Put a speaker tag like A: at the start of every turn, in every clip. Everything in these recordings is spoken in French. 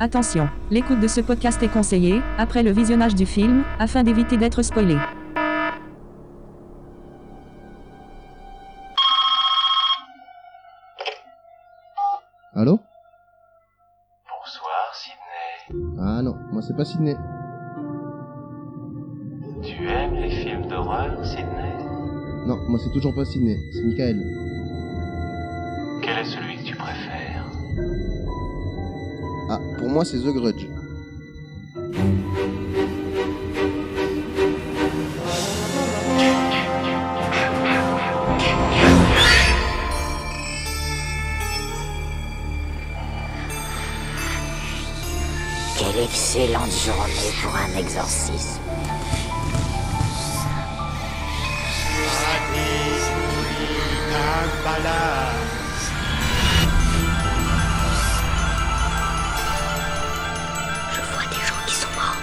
A: Attention, l'écoute de ce podcast est conseillée, après le visionnage du film, afin d'éviter d'être spoilé.
B: Allô
C: Bonsoir Sydney.
B: Ah non, moi c'est pas Sydney.
C: Tu aimes les films d'horreur, Sydney
B: Non, moi c'est toujours pas Sydney, c'est Michael.
C: Quel est celui que tu préfères
B: Ah, pour moi c'est The Grudge.
D: Quelle excellente journée pour un exorcisme. Je vois des gens qui sont morts.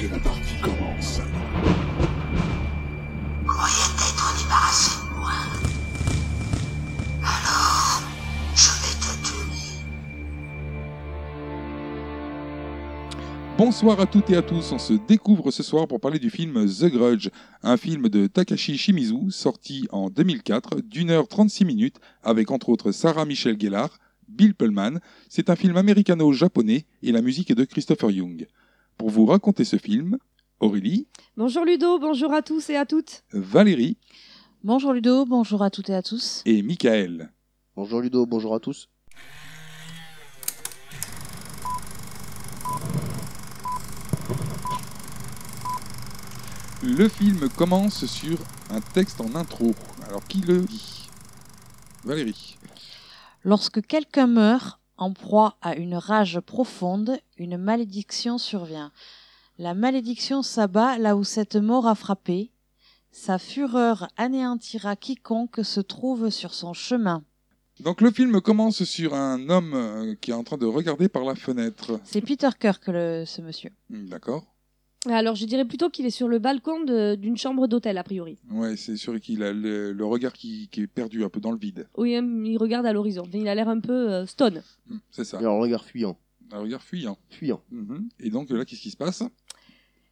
E: Et la partie commence.
D: Croyez t'être débarrassé de moi. Alors, je vais te tuer.
E: Bonsoir à toutes et à tous, on se découvre ce soir pour parler du film The Grudge, un film de Takashi Shimizu sorti en 2004 d'une heure 36 minutes avec entre autres Sarah Michelle Gellar, Bill Pullman. C'est un film américano-japonais et la musique est de Christopher Young. Pour vous raconter ce film, Aurélie,
F: Bonjour Ludo, bonjour à tous et à toutes.
E: Valérie
G: Bonjour Ludo, bonjour à toutes et à tous.
E: et Michael.
B: Bonjour Ludo, bonjour à tous.
E: Le film commence sur un texte en intro. Alors qui le dit Valérie.
G: Lorsque quelqu'un meurt en proie à une rage profonde, une malédiction survient. La malédiction s'abat là où cette mort a frappé. Sa fureur anéantira quiconque se trouve sur son chemin.
E: Donc le film commence sur un homme euh, qui est en train de regarder par la fenêtre.
G: C'est Peter Kirk, le- ce monsieur.
E: Hmm, D'accord.
F: Alors je dirais plutôt qu'il est sur le balcon de- d'une chambre d'hôtel a priori.
E: Ouais, c'est sûr qu'il a le, le regard qui, qui est perdu un peu dans le vide.
F: Oui, hum, il regarde à l'horizon. Il a l'air un peu euh, stone.
E: Hmm, C'est ça.
B: Et un regard fuyant.
E: Un regard fuyant.
B: Fuyant.
E: Mhm. Et donc là, qu'est-ce qui se passe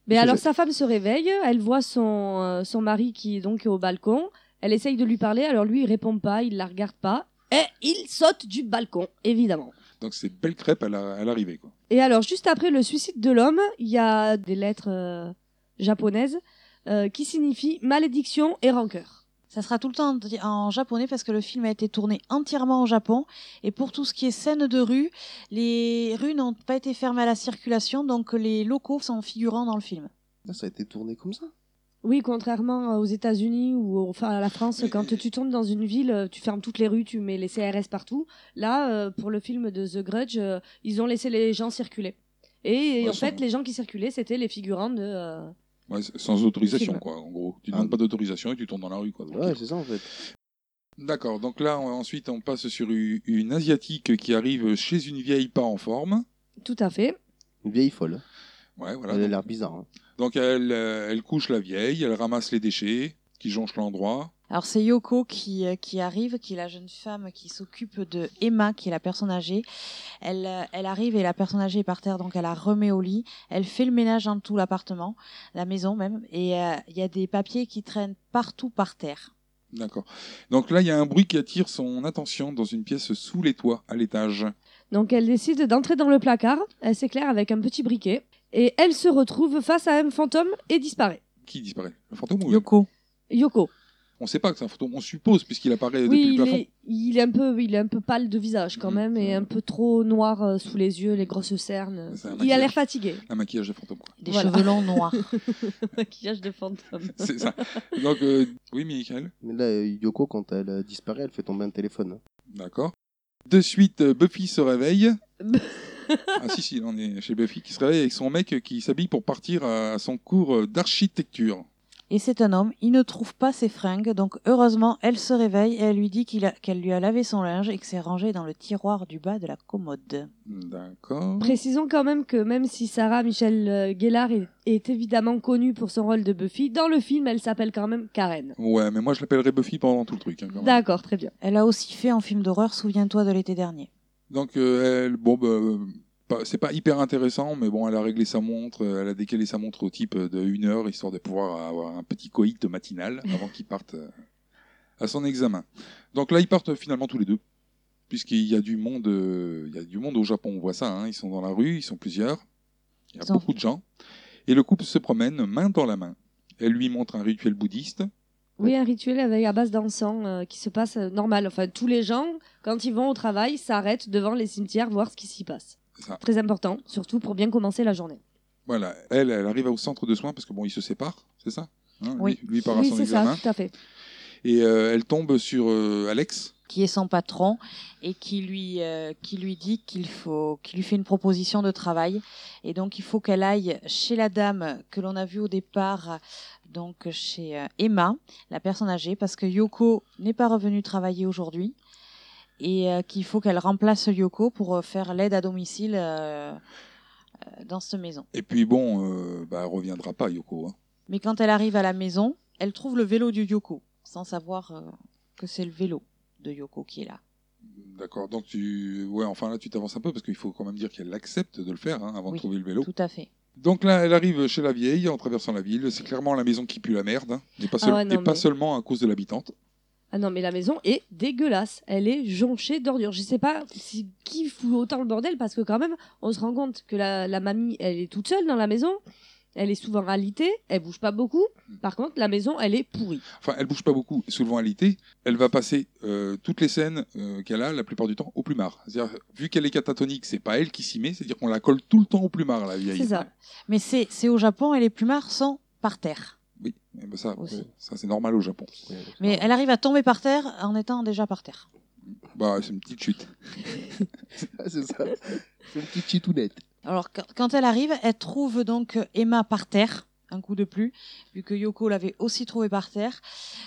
F: Mais
B: C'est
F: alors
B: ça.
F: sa femme se réveille, elle voit son, euh, son mari qui est donc au balcon. Elle essaye de lui parler, alors lui il répond pas, il la regarde pas. Et il saute du balcon, évidemment.
E: Donc c'est belle crêpe à la- à l'arrivée. quoi.
F: Et alors, juste après le suicide de l'homme, il y a des lettres euh, japonaises euh, qui signifient malédiction et rancœur.
G: Ça sera tout le temps en, di- en japonais parce que le film a été tourné entièrement au Japon. Et pour tout ce qui est scène de rue, les rues n'ont pas été fermées à la circulation, donc les locaux sont figurants dans le film.
B: Ça, ça a été tourné comme ça
F: Oui, contrairement euh, aux États-Unis ou au- enfin à la France,
E: Mais-
F: quand tu tombes dans une ville, euh, tu fermes toutes les rues, tu mets les CRS partout. Là, euh, pour le film de The Grudge, euh, ils ont laissé les gens circuler. Et
E: Ouais,
F: en
E: ça-
F: fait, les gens qui circulaient, c'était les figurants de. euh,
E: Ouais, c'est- sans autorisation,
F: Film.
E: quoi, en gros. Tu
B: Ah.
E: demandes pas d'autorisation et tu tournes dans la rue, quoi.
B: Ouais, c'est ça en fait.
E: D'accord. Donc là, on- ensuite, on passe sur u- une asiatique qui arrive chez une vieille pas en forme.
F: Tout à fait.
B: Une vieille folle. hein.
E: Ouais, voilà.
B: Elle a
E: Donc,
B: l'air bizarre. hein.
E: donc elle, euh, elle couche la vieille, elle ramasse les déchets qui jonchent l'endroit.
G: Alors c'est Yoko qui, euh, qui arrive, qui est la jeune femme qui s'occupe de Emma, qui est la personne âgée. Elle, euh, elle arrive et la personne âgée est par terre, donc elle la remet au lit. Elle fait le ménage dans tout l'appartement, la maison même, et euh, il y a des papiers qui traînent partout par terre.
E: D'accord. Donc là, il y a un bruit qui attire son attention dans une pièce sous les toits, à l'étage.
F: Donc elle décide d'entrer dans le placard, elle s'éclaire avec un petit briquet, et elle se retrouve face à un fantôme et disparaît.
E: Qui disparaît Le fantôme ou
G: Yoko.
F: Yoko.
E: On ne sait pas que c'est un fantôme. On suppose, puisqu'il apparaît
F: Oui,
E: depuis le
F: il
E: plafond.
F: est, il, est un peu, il est un peu pâle de visage quand
E: Mhm.
F: même, et un peu trop noir euh, sous les yeux, les grosses cernes.
E: C'est un
F: Il a
E: maquillage.
F: l'air fatigué.
E: Un maquillage de fantôme, quoi.
G: Des
F: Voilà.
G: cheveux longs noirs.
F: Maquillage de fantôme.
E: C'est ça. Donc, euh, oui, Michael.
B: Mais là, euh, Yoko, quand elle euh, disparaît, elle fait tomber un téléphone.
E: D'accord. De suite, euh, Buffy se réveille. ah si, si, euh, on est chez Buffy, qui se réveille avec son mec qui s'habille pour partir à son cours euh, d'architecture.
G: et c'est un homme. Il ne trouve pas ses fringues, donc heureusement, elle se réveille et elle lui dit qu'il a- qu'elle lui a lavé son linge et que c'est rangé dans le tiroir du bas de la commode.
E: D'accord.
F: Précisons quand même que même si Sarah Michelle euh, Gellar est, est évidemment connue pour son rôle de Buffy, dans le film, elle s'appelle quand même Karen.
E: Ouais, mais moi je l'appellerai Buffy pendant tout le truc. hein, quand même.
F: D'accord, très bien.
G: Elle a aussi fait un film d'horreur, souviens-toi de l'été dernier.
E: Donc, euh, elle, bon, bah, euh, pas- c'est pas hyper intéressant, mais bon, elle a réglé sa montre, euh, elle a décalé sa montre au type euh, de une heure, histoire de pouvoir avoir un petit coït matinal avant qu'il parte euh, à son examen. Donc là, ils partent finalement tous les deux, puisqu'il y a du monde, euh, il y a du monde au Japon, on voit ça, hein, ils sont dans la rue, ils sont plusieurs, il y a
G: Ils ont-
E: beaucoup de gens, et le couple se promène main dans la main. Elle lui montre un rituel bouddhiste,
F: Oui, un rituel avec à base d'encens euh, qui se passe euh, normal. Enfin, tous les gens, quand ils vont au travail, s'arrêtent devant les cimetières voir ce qui s'y passe.
E: c'est ça.
F: Très important, surtout pour bien commencer la journée.
E: Voilà, elle, elle arrive au centre de soins parce que bon, ils se séparent, c'est ça Hein,
G: Oui.
E: Lui, lui part à
F: oui,
E: son
F: c'est ça,
E: examen.
F: tout à fait.
E: Et euh, elle tombe sur euh, Alex.
G: qui est son patron et qui lui euh, qui lui dit qu'il faut qui lui fait une proposition de travail et donc il faut qu'elle aille chez la dame que l'on a vue au départ donc chez euh, Emma la personne âgée parce que Yoko n'est pas revenue travailler aujourd'hui et euh, qu'il faut qu'elle remplace Yoko pour euh, faire l'aide à domicile euh, euh, dans cette maison
E: Et puis bon, euh, bah, elle reviendra pas, Yoko. hein.
G: mais quand elle arrive à la maison elle trouve le vélo du Yoko sans savoir euh, que c'est le vélo de Yoko qui est là
E: D'accord. Donc tu, ouais, enfin là tu t'avances un peu parce qu'il faut quand même dire qu'elle accepte de le faire hein, avant
G: Oui,
E: de trouver le vélo.
G: tout à fait
E: Donc là, elle arrive chez la vieille en traversant la ville. C'est clairement la maison qui pue la merde, hein. et pas, seul-
F: Ah ouais, non,
E: et pas
F: mais-
E: seulement à cause de l'habitante.
F: Ah non, mais la maison est dégueulasse. Elle est jonchée d'ordures. Je sais pas si, qui fout autant le bordel parce que quand même, on se rend compte que la, la mamie, elle est toute seule dans la maison. Elle est souvent alitée, elle bouge pas beaucoup. Par contre, la maison, elle est pourrie.
E: Enfin, elle bouge pas beaucoup, souvent alitée. Elle va passer euh, toutes les scènes euh, qu'elle a, la plupart du temps, au plumard. C'est-à-dire, vu qu'elle est catatonique, c'est pas elle qui s'y met. C'est-à-dire qu'on la colle tout le temps au plumard, la vieille.
F: C'est ça.
G: Mais c'est c'est au Japon et les plumards sont par terre.
E: Oui, Eh ben, ça,
G: Aussi.
E: ça c'est normal au Japon.
G: Mais elle arrive à tomber par terre en étant déjà par terre.
E: Bah, c'est une petite chute.
B: Ah, c'est ça. C'est une petite chitounette.
G: Alors quand- quand elle arrive, elle trouve donc Emma par terre, un coup de plus, vu que Yoko l'avait aussi trouvée par terre.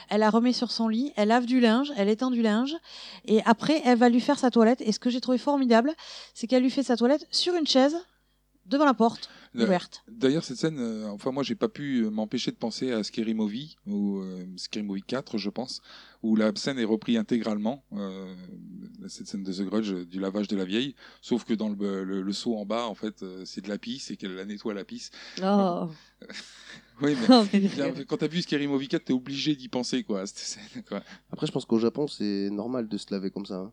G: Elle la remet sur son lit, elle lave du linge, elle étend du linge, et après elle va lui faire sa toilette. Et ce que j'ai trouvé formidable, c'est qu'elle lui fait sa toilette sur une chaise devant la porte
E: Le-
G: ouverte.
E: D'ailleurs, cette scène, euh, enfin, moi, j'ai pas pu euh, m'empêcher de penser à Scary Movie, ou euh, Scary Movie 4, je pense, où la scène est reprise intégralement, euh, cette scène de The Grudge, euh, du lavage de la vieille, sauf que dans le, euh, le, le seau en bas, en fait, euh, c'est de la pisse et qu'elle la nettoie la pisse.
F: Oh.
E: Oui, mais. bien, Quand t'as vu Scary Movie 4, t'es obligé d'y penser, quoi, à cette scène, quoi.
B: Après, je pense qu'au Japon, c'est normal de se laver comme ça. hein.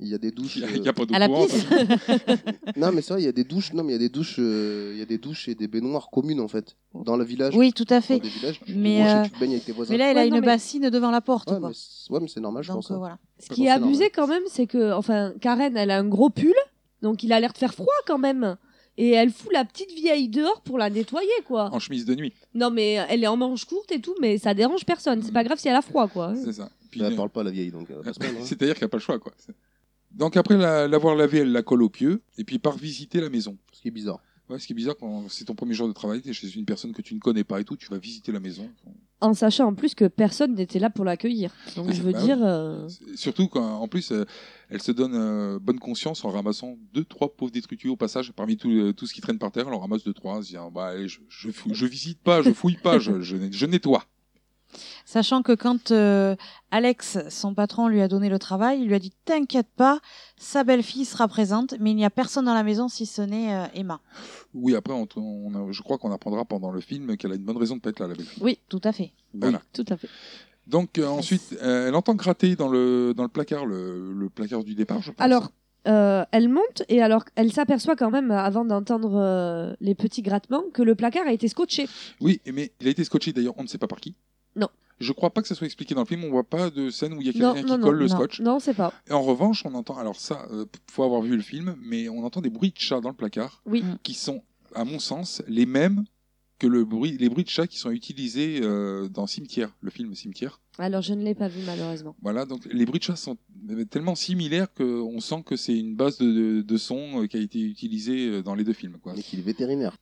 B: Il y a des douches.
E: Il y a,
B: euh,
E: il y a pas d'eau
G: À la
E: courante,
G: pisse
E: hein.
B: Non, mais ça, il y a des douches. Non, mais il y a des douches. euh, Il y a des douches et des baignoires communes en fait. Dans le village.
G: Oui, tout à
B: Dans
G: fait.
B: des villages, tu te
G: Mais,
B: branches et
G: euh,
B: tu te baignes avec tes voisins.
G: Mais là, elle
F: Ouais,
G: a
F: non,
G: une
F: mais-
G: bassine devant la porte,
B: ouais,
G: quoi.
B: mais c'est ouais, mais c'est normal, je
G: Donc
B: pense. hein.
G: euh, voilà.
F: Ce qui est
B: Forcément,
F: abusé
B: ouais.
F: quand même, c'est que, enfin, Karen, elle a un gros pull, donc il a l'air de faire froid quand même. Et elle fout la petite vieille dehors pour la nettoyer, quoi.
E: En chemise de nuit,
F: Non, mais elle est en manche courte et tout, mais ça dérange personne. C'est pas grave si elle a froid, quoi.
E: c'est ça. Puis,
B: Mais
E: euh,
B: elle parle pas la vieille, donc. euh, pas se plaindre, hein.
E: C'est-à-dire qu'elle a pas le choix, quoi. Donc après la- l'avoir lavée, elle la colle au pieu, et puis part visiter la maison.
B: Ce qui est bizarre.
E: Ouais, ce qui est bizarre, quand c'est ton premier jour de travail, t'es chez une personne que tu ne connais pas et tout, tu vas visiter la maison.
F: En sachant en plus que personne n'était là pour l'accueillir. Donc je veux
E: Bah
F: dire.
E: oui.
F: euh,
E: C'est- Surtout quand, en plus, euh, elle se donne euh, bonne conscience en ramassant deux, trois pauvres détritus au passage. Parmi tout, euh, tout ce qui traîne par terre, elle en ramasse deux, trois. Elle se dit, ah, bah, allez, je, je, fou- je visite pas, je fouille pas, je, je, net- je nettoie.
G: Sachant que quand euh, Alex, son patron, lui a donné le travail, il lui a dit T'inquiète pas, sa belle-fille sera présente, mais il n'y a personne dans la maison si ce n'est euh, Emma.
E: Oui, après, on, on- je crois qu'on apprendra pendant le film qu'elle a une bonne raison de pas être là, la belle.
G: Oui, tout à fait.
E: Voilà.
F: Oui, tout à fait.
E: Donc euh, ensuite, euh, elle entend gratter dans le, dans le placard, le, le placard du départ, je pense.
F: Alors, euh, elle monte et alors elle s'aperçoit quand même, avant d'entendre euh, les petits grattements, que le placard a été scotché.
E: Oui, mais il a été scotché d'ailleurs, on ne sait pas par qui.
F: Non.
E: Je crois pas que ça soit expliqué dans le film, on voit pas de scène où il y a
F: Non,
E: quelqu'un qui
F: non, non,
E: colle le
F: non,
E: scotch.
F: non, c'est pas.
E: Et en revanche, on entend, alors ça, euh, faut avoir vu le film, mais on entend des bruits de chats dans le placard
F: Oui.
E: qui sont, à mon sens, les mêmes que le bruit, les bruits de chats qui sont utilisés euh, dans Cimetière, le film Cimetière.
F: Alors je ne l'ai pas vu malheureusement.
E: Voilà, donc les bruits de chats sont euh, tellement similaires qu'on sent que c'est une base de, de, de son euh, qui a été utilisée euh, dans les deux films. Quoi.
B: Mais qu'il est vétérinaire.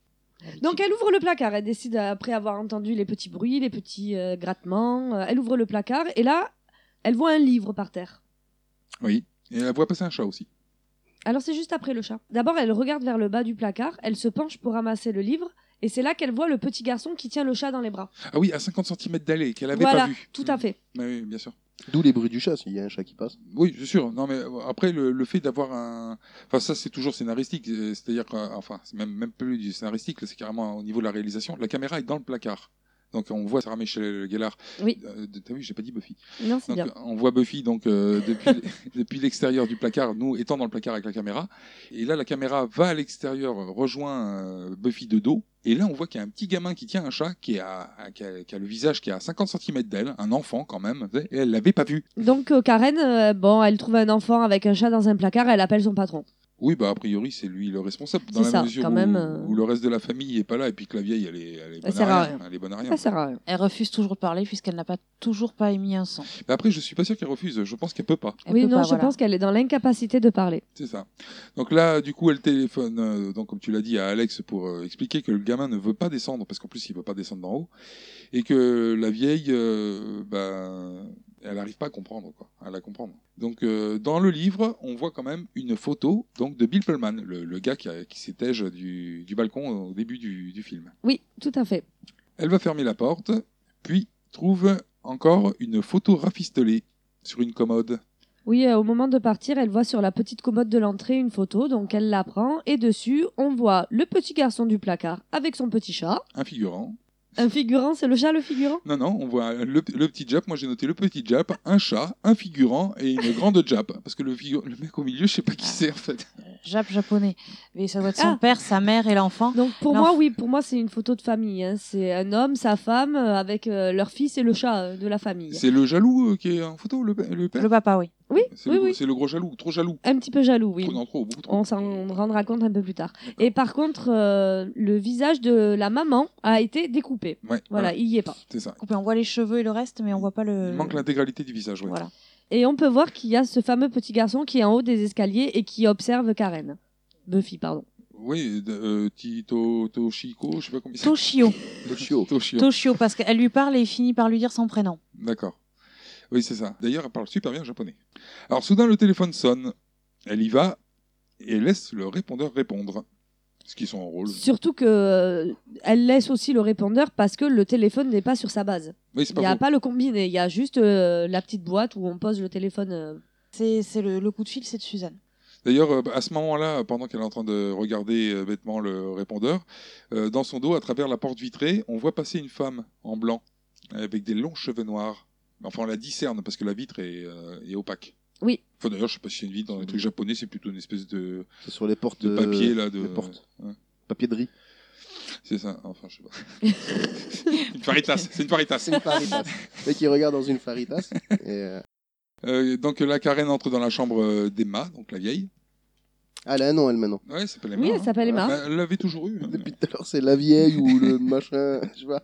F: Donc elle ouvre le placard, elle décide euh, après avoir entendu les petits bruits, les petits euh, grattements, euh, elle ouvre le placard et là, elle voit un livre par terre.
E: Oui. Et elle voit passer un chat aussi.
F: Alors c'est juste après le chat. D'abord, elle regarde vers le bas du placard, elle se penche pour ramasser le livre et c'est là qu'elle voit le petit garçon qui tient le chat dans les bras.
E: Ah oui, à 50 cm d'allée, qu'elle avait
F: voilà,
E: pas vu.
F: tout à fait.
E: Ah oui, bien sûr.
B: D'où les bruits du chat, s'il y a un chat qui passe.
E: Oui, c'est sûr. Non, mais euh, après, le, le fait d'avoir un. Enfin, ça, c'est toujours scénaristique. euh, C'est-à-dire que. euh, Enfin, c'est même, même plus du scénaristique, là, c'est carrément au niveau de la réalisation. La caméra est dans le placard. Donc, on voit Sarah Michel Gellar.
F: Oui.
E: Euh, T'as vu, j'ai pas dit Buffy.
F: Non, c'est
E: Donc,
F: bien.
E: on voit Buffy donc euh, depuis, depuis l'extérieur du placard, nous étant dans le placard avec la caméra. Et là, la caméra va à l'extérieur, euh, rejoint euh, Buffy de dos. Et là, on voit qu'il y a un petit gamin qui tient un chat, qui a, à- qui a, qui a le visage qui est à 50 cm d'elle, un enfant quand même, et elle l'avait pas vu.
F: Donc euh, Karen, euh, bon, elle trouve un enfant avec un chat dans un placard, elle appelle son patron.
E: Oui, bah a priori, c'est lui le responsable, dans la
F: C'est ça,
E: mesure
F: quand
E: où,
F: même, euh.
E: où le reste de la famille est pas là, et puis que la vieille, elle est, elle est bonne
F: sert
E: à
F: à
E: rien.
F: rien.
E: Elle est bonne à rien.
F: Ça sert à rien.
G: Elle refuse toujours de parler puisqu'elle n'a pas toujours pas émis un son.
E: Mais après, je suis pas sûr qu'elle refuse, je pense qu'elle peut pas.
G: Elle
F: oui,
G: peut
F: non,
G: pas,
F: je
G: voilà.
F: pense qu'elle est dans l'incapacité de parler.
E: C'est ça. Donc là, du coup, elle téléphone, euh, donc comme tu l'as dit, à Alex pour euh, expliquer que le gamin ne veut pas descendre, parce qu'en plus, il veut pas descendre d'en haut, et que la vieille, euh, bah, elle n'arrive pas à comprendre, quoi, à la comprendre. Donc, euh, dans le livre, on voit quand même une photo donc de Bill Pullman, le, le gars qui, a- qui s'étège du, du balcon au début du, du film.
F: Oui, tout à fait.
E: Elle va fermer la porte, puis trouve encore une photo rafistolée sur une commode.
F: Oui, euh, au moment de partir, elle voit sur la petite commode de l'entrée une photo, donc elle la prend, et dessus, on voit le petit garçon du placard avec son petit chat.
E: Un figurant.
F: Un figurant, c'est le chat le figurant
E: Non, non, on voit le, le petit Jap. Moi, j'ai noté le petit Jap, un chat, un figurant et une grande Jap. Parce que le, figu- le mec au milieu, je sais pas qui c'est en fait.
G: Jap japonais. Mais ça doit être son
F: Ah.
G: père, sa mère et l'enfant.
F: Donc pour
G: Non.
F: moi, oui, pour moi, c'est une photo de famille. hein. C'est un homme, sa femme, euh, avec euh, leur fils et le chat euh, de la famille.
E: C'est le jaloux euh, qui est en photo, le, pa- le père
G: Le papa, oui.
F: Oui,
E: C'est
F: oui,
E: le,
F: oui.
E: c'est le gros jaloux, trop jaloux.
F: Un petit peu jaloux, oui.
E: Trop, non, trop, beaucoup trop.
F: On s'en rendra compte un peu plus tard.
E: D'accord.
F: Et par contre, euh, le visage de la maman a été découpé.
E: Ouais,
F: Voilà, Euh,
E: voilà,
F: il y est pas.
E: c'est ça.
G: Coupé, on voit les cheveux et le reste, mais on voit pas le.
E: Il manque l'intégralité du visage, ouais.
G: Voilà.
F: Et on peut voir qu'il y a ce fameux petit garçon qui est en haut des escaliers et qui observe Karen. Buffy, pardon.
E: Oui, euh, Tito, Toshiko, je sais pas comment il s'appelle.
G: Toshio.
B: Le chiot.
E: Toshio.
G: Toshio, parce qu'elle lui parle et il finit par lui dire son prénom.
E: D'accord. Oui, c'est ça. D'ailleurs, elle parle super bien japonais. Alors, soudain, le téléphone sonne. Elle y va et laisse le répondeur répondre. Ce qui est son rôle.
F: Surtout que euh, elle laisse aussi le répondeur parce que le téléphone n'est pas sur sa base.
E: Oui, c'est
F: Il n'y
E: pas
F: a
E: faux.
F: pas le combiné, il y a juste euh, la petite boîte où on pose le téléphone. euh.
G: C'est c'est le, le coup de fil, c'est de Suzanne.
E: D'ailleurs, euh, à ce moment-là, pendant qu'elle est en train de regarder euh, bêtement le répondeur, euh, dans son dos, à travers la porte vitrée, on voit passer une femme en blanc, euh, avec des longs cheveux noirs. Enfin, on la discerne parce que la vitre est, euh, est opaque.
F: Oui.
E: Enfin, d'ailleurs, je sais pas si c'est une vitre dans les trucs japonais, c'est plutôt une espèce de,
B: C'est sur les portes. euh,
E: de papier là, de
B: les portes.
E: Ouais.
B: Papier de riz.
E: C'est ça. Enfin, je sais pas. une faritas. C'est une faritas.
B: Ah, C'est une faritas. Le mec, il regarde dans une faritas. Et, euh,
E: Euh, donc là, Karen entre dans la chambre euh, d'Emma, donc la vieille.
B: Ah, là, non, elle maintenant.
E: Ouais, elle s'appelle Emma.
F: Oui, elle
E: hein.
F: s'appelle Emma.
E: Bah, elle l'avait toujours eu. hein.
B: Depuis tout à l'heure, c'est la vieille ou le machin. Je sais pas.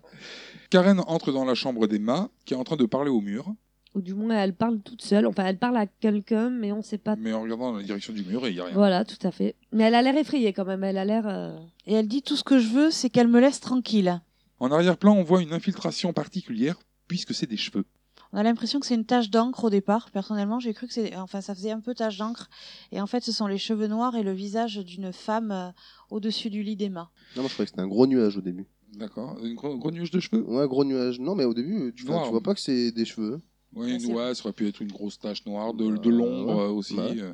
E: Karen entre dans la chambre d'Emma, qui est en train de parler au mur.
F: Ou du moins, elle parle toute seule. Enfin, elle parle à quelqu'un, mais on ne sait pas.
E: Mais en regardant dans la direction du mur, il n'y a rien.
F: Voilà, tout à fait. Mais elle a l'air effrayée quand même. Elle a l'air. euh,
G: Et elle dit Tout ce que je veux, c'est qu'elle me laisse tranquille.
E: En arrière-plan, on voit une infiltration particulière, puisque c'est des cheveux.
G: On a l'impression que c'est une tache d'encre au départ. Personnellement, j'ai cru que c'est. Enfin, ça faisait un peu tache d'encre. Et en fait, ce sont les cheveux noirs et le visage d'une femme euh, au-dessus du lit d'Emma.
B: Non, moi, je croyais que c'était un gros nuage au début.
E: D'accord Une gro- gros nuage de cheveux
B: Ouais, gros nuage. Non, mais au début, tu, vois-
E: Noir.
B: tu vois pas que c'est des cheveux.
E: Oui,
G: Ah, c'est
E: une ouais, ça aurait pu être une grosse tache noire, de,
B: Ouais,
E: de l'ombre
B: ouais.
E: euh, aussi.
B: Ouais.
E: euh.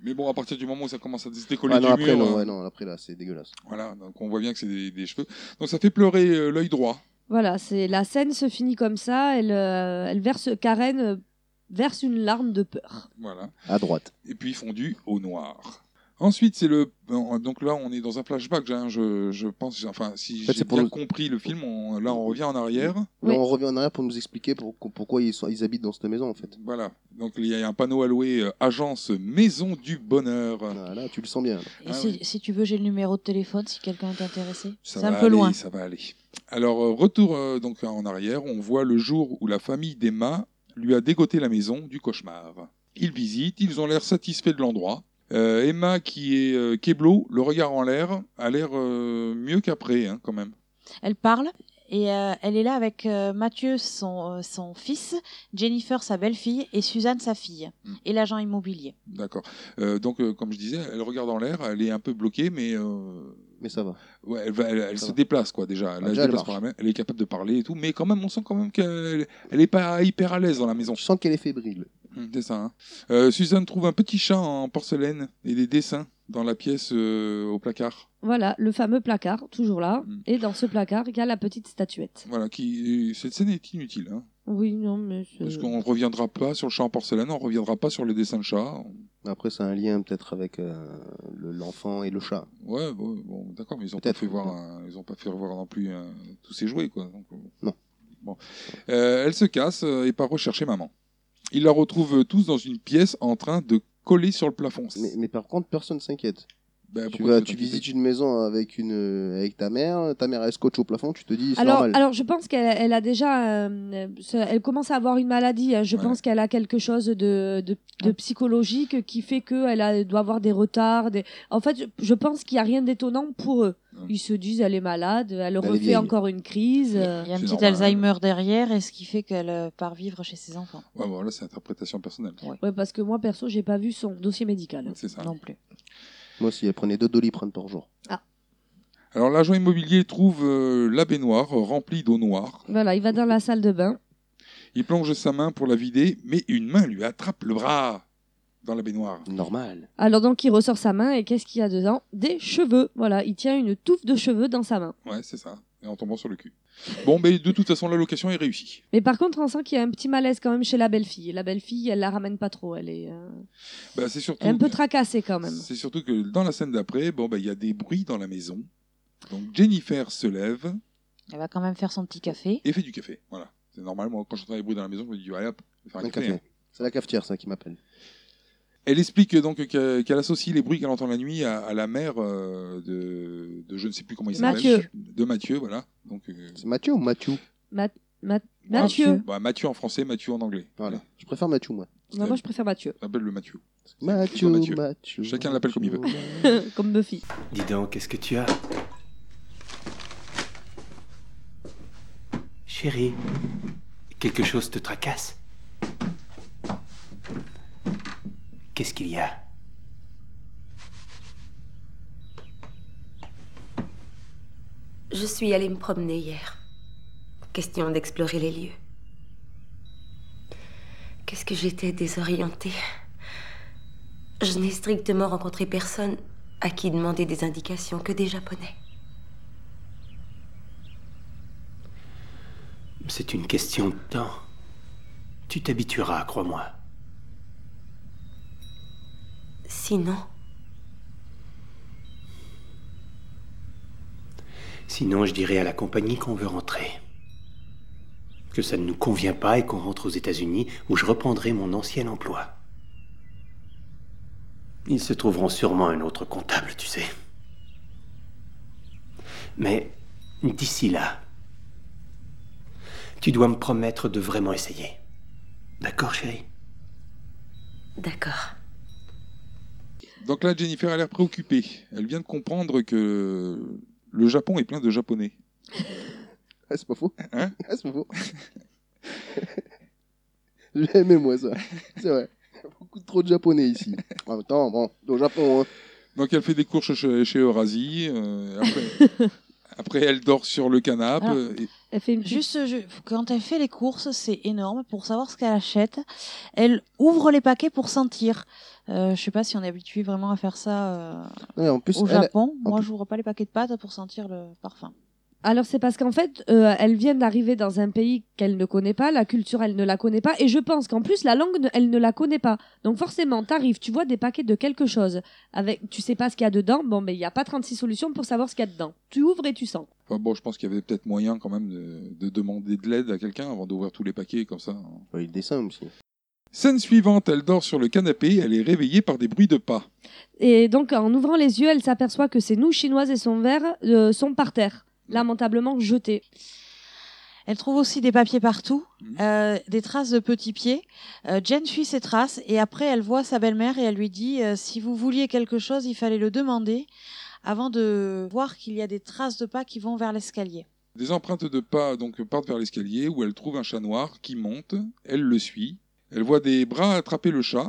E: Mais bon, à partir du moment où ça commence à se décoller
B: Ah non,
E: du
B: après,
E: mur,
B: non,
E: euh,
B: ouais, non, après, là, c'est dégueulasse.
E: voilà, donc on voit bien que c'est des, des cheveux. Donc ça fait pleurer euh, l'œil droit.
F: Voilà, c'est la scène se finit comme ça. Elle, euh, elle verse Karen euh, verse une larme de peur.
E: Voilà.
B: À droite.
E: et puis fondu au noir. Ensuite, c'est le. euh, Donc là, on est dans un flashback, hein, je, je pense. Enfin, si
B: fait,
E: j'ai
B: c'est pour
E: bien
B: le-
E: compris le film, on- là, on revient en arrière.
B: Là,
F: Oui.
B: on revient en arrière pour nous expliquer pour- pourquoi ils, sont- ils habitent dans cette maison, en fait.
E: Voilà. Donc il y a un panneau alloué euh, Agence Maison du Bonheur.
B: Ah, là, tu le sens bien. là.
G: Et
E: Ah
G: si,
E: oui.
G: si tu veux, j'ai le numéro de téléphone si quelqu'un est intéressé.
E: Ça
G: C'est un
E: va
G: peu
E: aller,
G: loin.
E: Ça va aller. Alors, euh, retour euh, donc en arrière, on voit le jour où la famille d'Emma lui a dégoté la maison du cauchemar. Ils visitent, ils ont l'air satisfaits de l'endroit. Euh, Emma qui est euh, Keblo, le regard en l'air, a l'air euh, mieux qu'après hein, quand même.
G: Elle parle et euh, elle est là avec euh, Mathieu, son, euh, son fils, Jennifer, sa belle-fille, et Suzanne, sa fille,
E: Mm.
G: et l'agent immobilier.
E: D'accord. Euh, donc euh, comme je disais, elle regarde en l'air, elle est un peu bloquée, mais euh,
B: Mais ça va.
E: ouais, elle, va- elle- elle
B: Ça
E: se
B: va.
E: déplace quoi déjà. Elle,
B: Ah,
E: se
B: déjà, elle
E: déplace
B: marche.
E: par la main, elle est capable de parler et tout, mais quand même on sent quand même qu'elle elle est pas hyper à l'aise dans la maison.
B: Je sens qu'elle est fébrile.
E: Hum, C'est ça. hein. Euh, Suzanne trouve un petit chat en porcelaine et des dessins dans la pièce euh, au placard.
F: Voilà, le fameux placard, toujours là.
E: Mm.
F: Et dans ce placard, il y a la petite statuette.
E: Voilà, qui euh, cette scène est inutile. hein,
F: Oui, non, mais c'est-
B: Euh.
E: parce qu'on ne reviendra pas sur le chat en porcelaine, on ne reviendra pas sur les dessins de chat.
B: Après, ça a un lien peut-être avec euh, le- l'enfant et le chat.
E: Ouais, bon, bon, d'accord, mais ils ont pas
B: Peut-être,
E: fait voir,
B: peut-être.
E: un- ils ont pas fait revoir non plus euh, tous ces jouets, quoi. donc, euh,
B: Non.
E: Bon. Euh, elle se casse euh, et part rechercher maman. Ils la retrouvent euh, tous dans une pièce en train de coller sur le plafond.
B: Mais, mais par contre, personne s'inquiète.
E: Ben,
B: Tu,
E: pourquoi
B: vas,
E: t'es
B: tu
E: inquiété
B: visites une maison avec, une, euh, avec ta mère, ta mère elle scotche au plafond, tu te dis, c'est
F: Alors,
B: normal.
F: alors, je pense qu'elle elle a déjà, euh, ce- elle commence à avoir une maladie. hein. Je
E: Ouais.
F: pense qu'elle a quelque chose de, de, de psychologique qui fait qu'elle a- doit avoir des retards. des- En fait, je, je pense qu'il n'y a rien d'étonnant pour eux.
E: Ouais. Bah,
F: Ils se disent, elle est malade, elle
B: est
F: refait
B: vieille.
F: encore une crise.
G: Il y
F: euh.
G: a il y a un
E: C'est
G: petit
E: normal.
G: Alzheimer derrière, et ce qui fait qu'elle euh, part vivre chez ses enfants.
E: Ouais, bon, là, c'est interprétation personnelle.
F: Ouais, parce que moi, perso, j'ai pas vu son dossier médical.
E: C'est ça.
G: Non plus.
B: Moi aussi, elle prenait deux doliprane par jour.
E: Alors, l'agent immobilier trouve euh, la baignoire euh, remplie d'eau noire.
F: Voilà, il va dans la salle de bain.
E: Il plonge sa main pour la vider, mais une main lui attrape le bras dans la baignoire.
B: Normal.
F: Alors donc, il ressort sa main et qu'est-ce qu'il y a dedans Des cheveux. Voilà, il tient une touffe de cheveux dans sa main.
E: Ouais, c'est ça. Et en tombant sur le cul. Bon, ben, de toute façon, la location est réussie.
F: Mais par contre, on sent qu'il y a un petit malaise quand même chez la belle-fille. La belle-fille, elle la ramène pas trop. Elle est, euh,
E: Ben, c'est surtout.
F: elle est un peu tracassée quand même.
E: C'est surtout que dans la scène d'après, bon, bah, il y a des bruits dans la maison. Donc Jennifer se lève
G: Elle va quand même faire son petit café.
E: et fait du café. Voilà. C'est normal, moi, quand j'entends les bruits dans la maison, je me dis, allez hop, je vais faire un
B: Un
E: café.
B: café. C'est la cafetière, ça, qui m'appelle.
E: Elle explique euh, donc que- qu'elle associe les bruits qu'elle entend la nuit à, à la mère euh, de, de je ne sais plus comment il s'appelle.
F: Mathieu.
E: De Mathieu, voilà. Donc, euh,
B: C'est Mathieu ou Mathieu
F: Mathieu.
E: bah, Mathieu en français, Mathieu en anglais.
B: Voilà. Je préfère Mathieu, moi.
F: Bah, moi, je préfère Mathieu.
E: Appelle le Mathieu.
B: Mathieu,
E: Mathieu.
B: Mathieu.
E: Chacun l'appelle comme il veut.
B: Mathieu.
F: comme Buffy.
H: Dis donc, qu'est-ce que tu as Chérie, quelque chose te tracasse Qu'est-ce qu'il y a
I: Je suis allée me promener hier. Question d'explorer les lieux. Qu'est-ce que j'étais désorientée. Je n'ai strictement rencontré personne à qui demander des indications que des Japonais.
H: C'est une question de temps. Tu t'habitueras, crois-moi.
I: Sinon,
H: Sinon, je dirai à la compagnie qu'on veut rentrer. Que ça ne nous convient pas et qu'on rentre aux États-Unis où je reprendrai mon ancien emploi. Ils se trouveront sûrement un autre comptable, tu sais. Mais d'ici là, tu dois me promettre de vraiment essayer. D'accord, chérie
I: d'accord.
E: Donc là, Jennifer a l'air préoccupée. Elle vient de comprendre que le Japon est plein de Japonais.
B: Ah, c'est pas faux.
E: Hein
B: ah, c'est pas faux. J'ai aimé, moi, ça. C'est vrai. Il y a Beaucoup trop de japonais ici. En même temps, bon, au Japon, hein.
E: Donc elle fait des courses chez, chez Eurasie. euh, après, après, elle dort sur le canapé.
G: Alors,
E: euh, et-
F: Elle fait une petite-
G: Juste, je- quand elle fait les courses, c'est énorme pour savoir ce qu'elle achète. Elle ouvre les paquets pour sentir. Euh, je sais pas si on est habitué vraiment à faire ça euh,
B: Non, mais en plus,
G: au
B: elle,
G: Japon.
B: en
G: Moi,
B: plus-
G: j'ouvre pas les paquets de pâtes pour sentir le parfum.
F: Alors c'est parce qu'en fait, euh, elle vient d'arriver dans un pays qu'elle ne connaît pas, la culture elle ne la connaît pas, et je pense qu'en plus la langue ne- elle ne la connaît pas. Donc forcément, t'arrives, tu vois des paquets de quelque chose, avec, tu sais pas ce qu'il y a dedans, bon mais il n'y a pas 36 solutions pour savoir ce qu'il y a dedans. Tu ouvres et tu sens.
E: Enfin bon, je pense qu'il y avait peut-être moyen quand même de, de demander de l'aide à quelqu'un avant d'ouvrir tous les paquets comme ça. hein.
B: Ouais, il descend aussi.
E: Scène suivante, elle dort sur le canapé, elle est réveillée par des bruits de pas.
F: Et donc en ouvrant les yeux, elle s'aperçoit que ses nouilles chinoises et son verre euh, sont par terre, lamentablement jetées.
G: Elle trouve aussi des papiers partout,
E: Mhm.
G: euh, des traces de petits pieds. Euh, Jen suit ces traces et après elle voit sa belle-mère et elle lui dit euh, si vous vouliez quelque chose, il fallait le demander avant de voir qu'il y a des traces de pas qui vont vers l'escalier.
E: Des empreintes de pas donc partent vers l'escalier où elle trouve un chat noir qui monte. Elle le suit. Elle voit des bras attraper le chat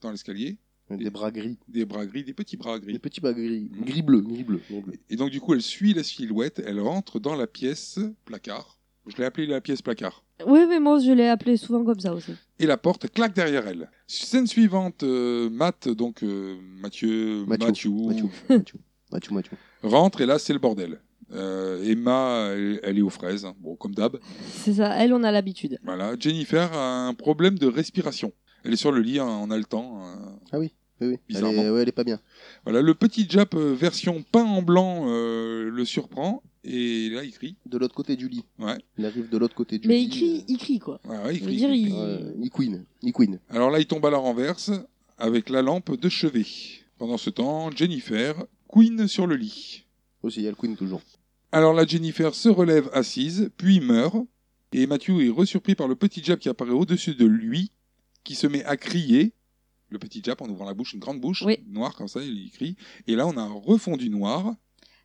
E: dans l'escalier.
B: Des bras gris.
E: Des bras gris, des petits bras
B: Des
E: gris.
B: petits bras gris.
E: Mm.
B: Gris-bleu, gris-bleu. gris-bleu.
E: Et donc du coup, elle suit la silhouette. Elle rentre dans la pièce placard. Je l'ai appelée la pièce placard.
F: Oui, mais moi, je l'ai appelé souvent comme ça aussi.
E: Et la porte claque derrière elle. Scène suivante, euh, Matt, donc euh, Mathieu,
B: Mathieu.
E: Mathieu,
B: Mathieu, Mathieu, Mathieu, Mathieu.
E: rentre et là c'est le bordel. Euh, Emma, elle, elle est aux fraises, hein. bon comme d'hab.
F: C'est ça, elle, on a l'habitude.
E: Voilà, Jennifer a un problème de respiration. Elle est sur le lit hein, en haletant. hein.
B: Ah Oui, oui. Elle
E: Bizarrement.
B: est, ouais, elle est pas bien.
E: Voilà, le petit Jap euh, version peint en blanc euh, le surprend et là il crie.
B: De l'autre côté du lit.
E: Ouais.
B: Il arrive de l'autre côté du
F: Mais
B: lit.
F: il crie, il crie, quoi.
E: Ouais, ouais, il
F: Je veux
E: crie,
F: dire,
E: il
F: il-
E: crie.
B: euh, il queen. Il queen.
E: Alors là, il tombe à la renverse avec la lampe de chevet. Pendant ce temps, Jennifer queen sur le lit.
B: Aussi, il y a le queen toujours.
E: Alors là, Jennifer se relève assise, puis meurt. Et Matthew est resurpris par le petit Jap qui apparaît au-dessus de lui, qui se met à crier. Le petit Jap en ouvrant la bouche, une grande bouche,
F: Oui.
E: noire comme ça, il crie. Et là, on a un refondu noir.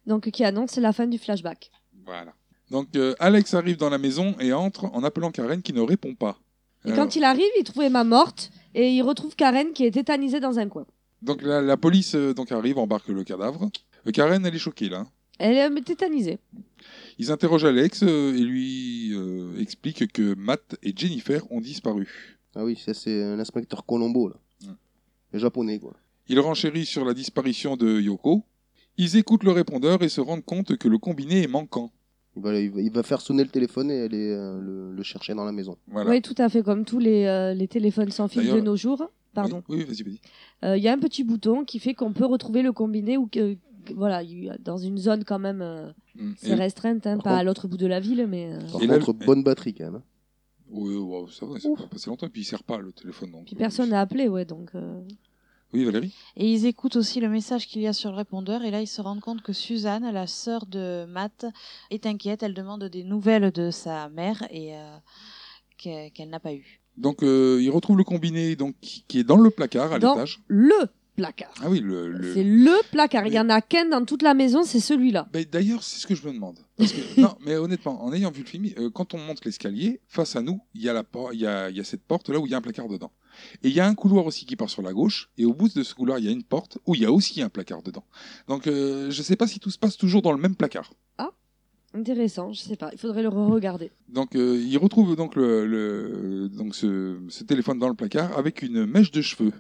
F: Donc, qui annonce la fin du flashback.
E: Voilà. Donc euh, Alex arrive dans la maison et entre en appelant Karen qui ne répond pas. Euh,
F: Et
E: Alors,
F: quand il arrive, il trouve Emma morte et il retrouve Karen qui est tétanisée dans un coin.
E: Donc la, la police euh, donc arrive, embarque le cadavre. Euh, Karen, elle est choquée là.
F: Elle est euh, tétanisée.
E: Ils interrogent Alex euh, et lui euh, expliquent que Matt et Jennifer ont disparu.
B: Ah oui, ça c'est euh, l'inspecteur Colombo, là.
E: Mm.
B: Le japonais, quoi.
E: Il renchérit sur la disparition de Yoko. Ils écoutent le répondeur et se rendent compte que le combiné est manquant.
B: Il va, il va- il va faire sonner le téléphone et aller euh, le, le chercher dans la maison.
E: Voilà.
F: Oui, tout à fait, comme tous les, euh, les téléphones sans fil de
E: D'ailleurs-
F: nos jours. Pardon.
E: Oui, oui, vas-y, vas-y.
F: Euh, Il y a un petit bouton qui fait qu'on peut retrouver le combiné ou que, que- voilà, il- dans une zone quand même euh,
E: Mm.
F: c'est
E: Et-
F: restreinte, hein,
B: Par
F: pas
B: contre-
F: à l'autre bout de la ville, mais euh,
B: Par
E: Et là,
B: contre,
E: le-
B: bonne batterie, quand même. hein.
E: Ouais, ouais, ça va, ça va passer longtemps. Puis il sert pas le téléphone. Donc,
F: puis
E: euh,
F: personne n'a appelé, ouais, donc. euh,
E: Oui, Valérie.
G: Et ils écoutent aussi le message qu'il y a sur le répondeur et là ils se rendent compte que Suzanne, la sœur de Matt, est inquiète. Elle demande des nouvelles de sa mère et euh, que- qu'elle n'a pas eu.
E: Donc euh, il retrouve le combiné donc qui qui est dans le placard à
F: Dans-
E: l'étage.
F: le placard.
E: Ah oui, le. le-
F: C'est le placard. Il y
E: Mais-
F: en a qu'un dans toute la maison, c'est celui-là.
E: Ben, D'ailleurs, c'est ce que je me demande. Parce que- non, mais honnêtement, en ayant vu le film, euh, quand on monte l'escalier, face à nous, il y a la por- il y a, il y a cette porte là où il y a un placard dedans. Et il y a un couloir aussi qui part sur la gauche. Et au bout de ce couloir, il y a une porte où il y a aussi un placard dedans. Donc, euh, je sais pas si tout se passe toujours dans le même placard.
F: Intéressant, je sais pas. Il faudrait le re-regarder.
E: Donc, euh, il retrouve donc le, le- donc ce, ce téléphone dans le placard avec une mèche de cheveux.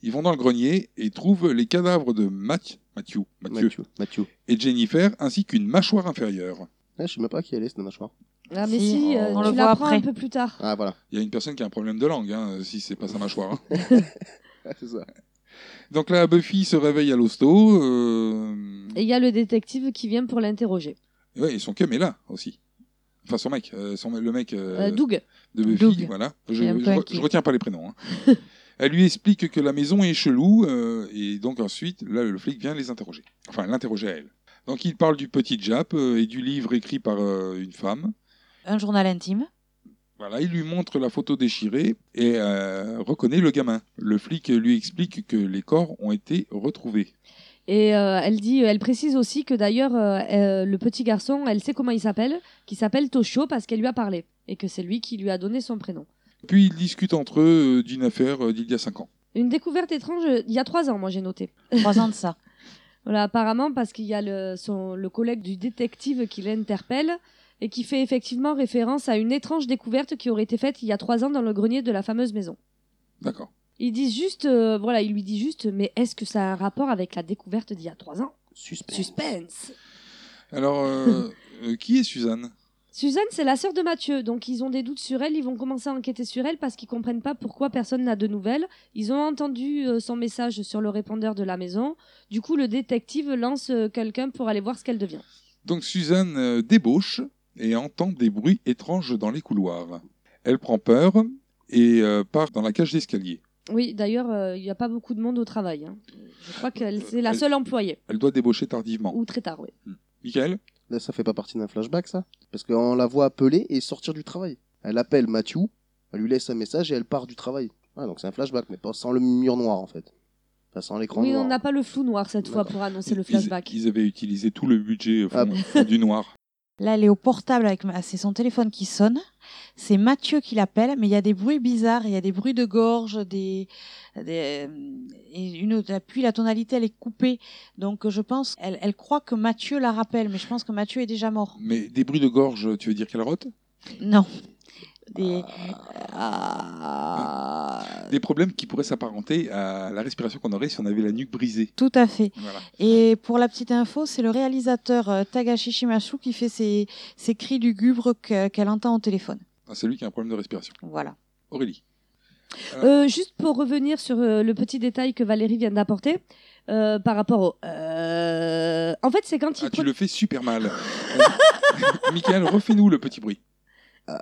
E: Ils vont dans le grenier et trouvent les cadavres de Math- Mathieu, Mathieu
B: Mathieu. Mathieu.
E: et Jennifer, ainsi qu'une mâchoire inférieure.
B: Ah, je sais même pas qui elle est, cette mâchoire.
F: Ah, mais
G: Si,
F: si,
G: on-
F: euh,
G: on le
F: tu
G: voit
F: l'apprends
G: après.
F: un peu plus tard.
B: Ah, voilà.
E: Il y a une personne qui a un problème de langue, hein, si c'est pas sa mâchoire. hein.
B: c'est ça.
E: Donc là, Buffy se réveille à l'hosto. Euh...
F: Et il y a le détective qui vient pour l'interroger.
E: et Ouais, et son cum est là aussi. Enfin, son mec, euh, son- le mec euh,
F: Euh, Doug.
E: de Buffy,
G: Doug.
E: voilà. Je,
G: Il est un peu
E: je re-
G: inquiet.
E: je retiens pas les prénoms. hein. Elle lui explique que la maison est chelou, euh, et donc ensuite, là, le flic vient les interroger. Enfin, l'interroger à elle. Donc il parle du petit Jap euh, et du livre écrit par euh, une femme.
G: Un journal intime.
E: Voilà, il lui montre la photo déchirée et euh, reconnaît le gamin. Le flic lui explique que les corps ont été retrouvés.
F: Et euh, elle dit, elle précise aussi que d'ailleurs euh, euh, le petit garçon, elle sait comment il s'appelle, qui s'appelle Toshio parce qu'elle lui a parlé et que c'est lui qui lui a donné son prénom.
E: Puis ils discutent entre eux euh, d'une affaire euh, d'il y a 5 ans.
F: Une découverte étrange euh, il y a trois ans, moi j'ai noté.
G: Trois ans de ça.
F: Voilà, apparemment parce qu'il y a le, son, le collègue du détective qui l'interpelle et qui fait effectivement référence à une étrange découverte qui aurait été faite il y a trois ans dans le grenier de la fameuse maison.
E: D'accord.
F: Il dit juste, euh, voilà, il lui dit juste, mais est-ce que ça a un rapport avec la découverte d'il y a trois ans
B: Suspect.
F: Suspense.
E: Alors, euh, euh, qui est Suzanne
F: Suzanne, c'est la sœur de Mathieu, donc ils ont des doutes sur elle, ils vont commencer à enquêter sur elle parce qu'ils comprennent pas pourquoi personne n'a de nouvelles. Ils ont entendu euh, son message sur le répondeur de la maison. Du coup, le détective lance euh, quelqu'un pour aller voir ce qu'elle devient.
E: Donc Suzanne euh, débauche et entend des bruits étranges dans les couloirs. Elle prend peur et euh, part dans la cage d'escalier.
F: Oui, d'ailleurs, euh, il n'y a pas beaucoup de monde au travail. hein. Je crois que
E: Euh,
F: c'est la
E: elle-
F: seule employée,
E: Elle doit débaucher tardivement.
F: ou très tard, oui.
E: Michael
B: Là, ça fait pas partie d'un flashback, ça Parce qu'on la voit appeler et sortir du travail. Elle appelle Mathieu, elle lui laisse un message et elle part du travail. Ah, donc c'est un flashback, mais pas sans le mur noir, en fait. Enfin, sans l'écran
F: Oui,
B: noir.
F: on n'a pas le flou noir cette fois
B: D'accord.
F: pour annoncer le
E: Ils-
F: flashback.
E: Ils, avaient utilisé tout le budget euh, fond-
B: Ah bon.
E: fond du noir.
G: Là, elle est au portable avec. ma- C'est son téléphone qui sonne. C'est Mathieu qui l'appelle, mais il y a des bruits bizarres. Il y a des bruits de gorge, des. des euh, et une autre. Puis la tonalité, elle est coupée. Donc je pense. Elle, elle croit que Mathieu la rappelle, mais je pense que Mathieu est déjà mort.
E: Mais des bruits de gorge, tu veux dire qu'elle rote
G: Non. Euh, Des. Ah.
E: Des problèmes qui pourraient s'apparenter à la respiration qu'on aurait si on avait la nuque brisée.
G: Tout à fait.
E: Voilà.
G: Et pour la petite info, c'est le réalisateur euh, Tagashi Shimashu qui fait ces ces cris lugubres que- qu'elle entend au téléphone.
E: Ah, c'est lui qui a un problème de respiration.
G: Voilà.
E: Aurélie.
F: Euh, juste pour revenir sur euh, le petit détail que Valérie vient d'apporter euh, par rapport au. euh, En fait, c'est quand il.
E: Ah, tu
F: pro-
E: le fais super mal. Euh, Michael, refais-nous le petit bruit.
F: Euh.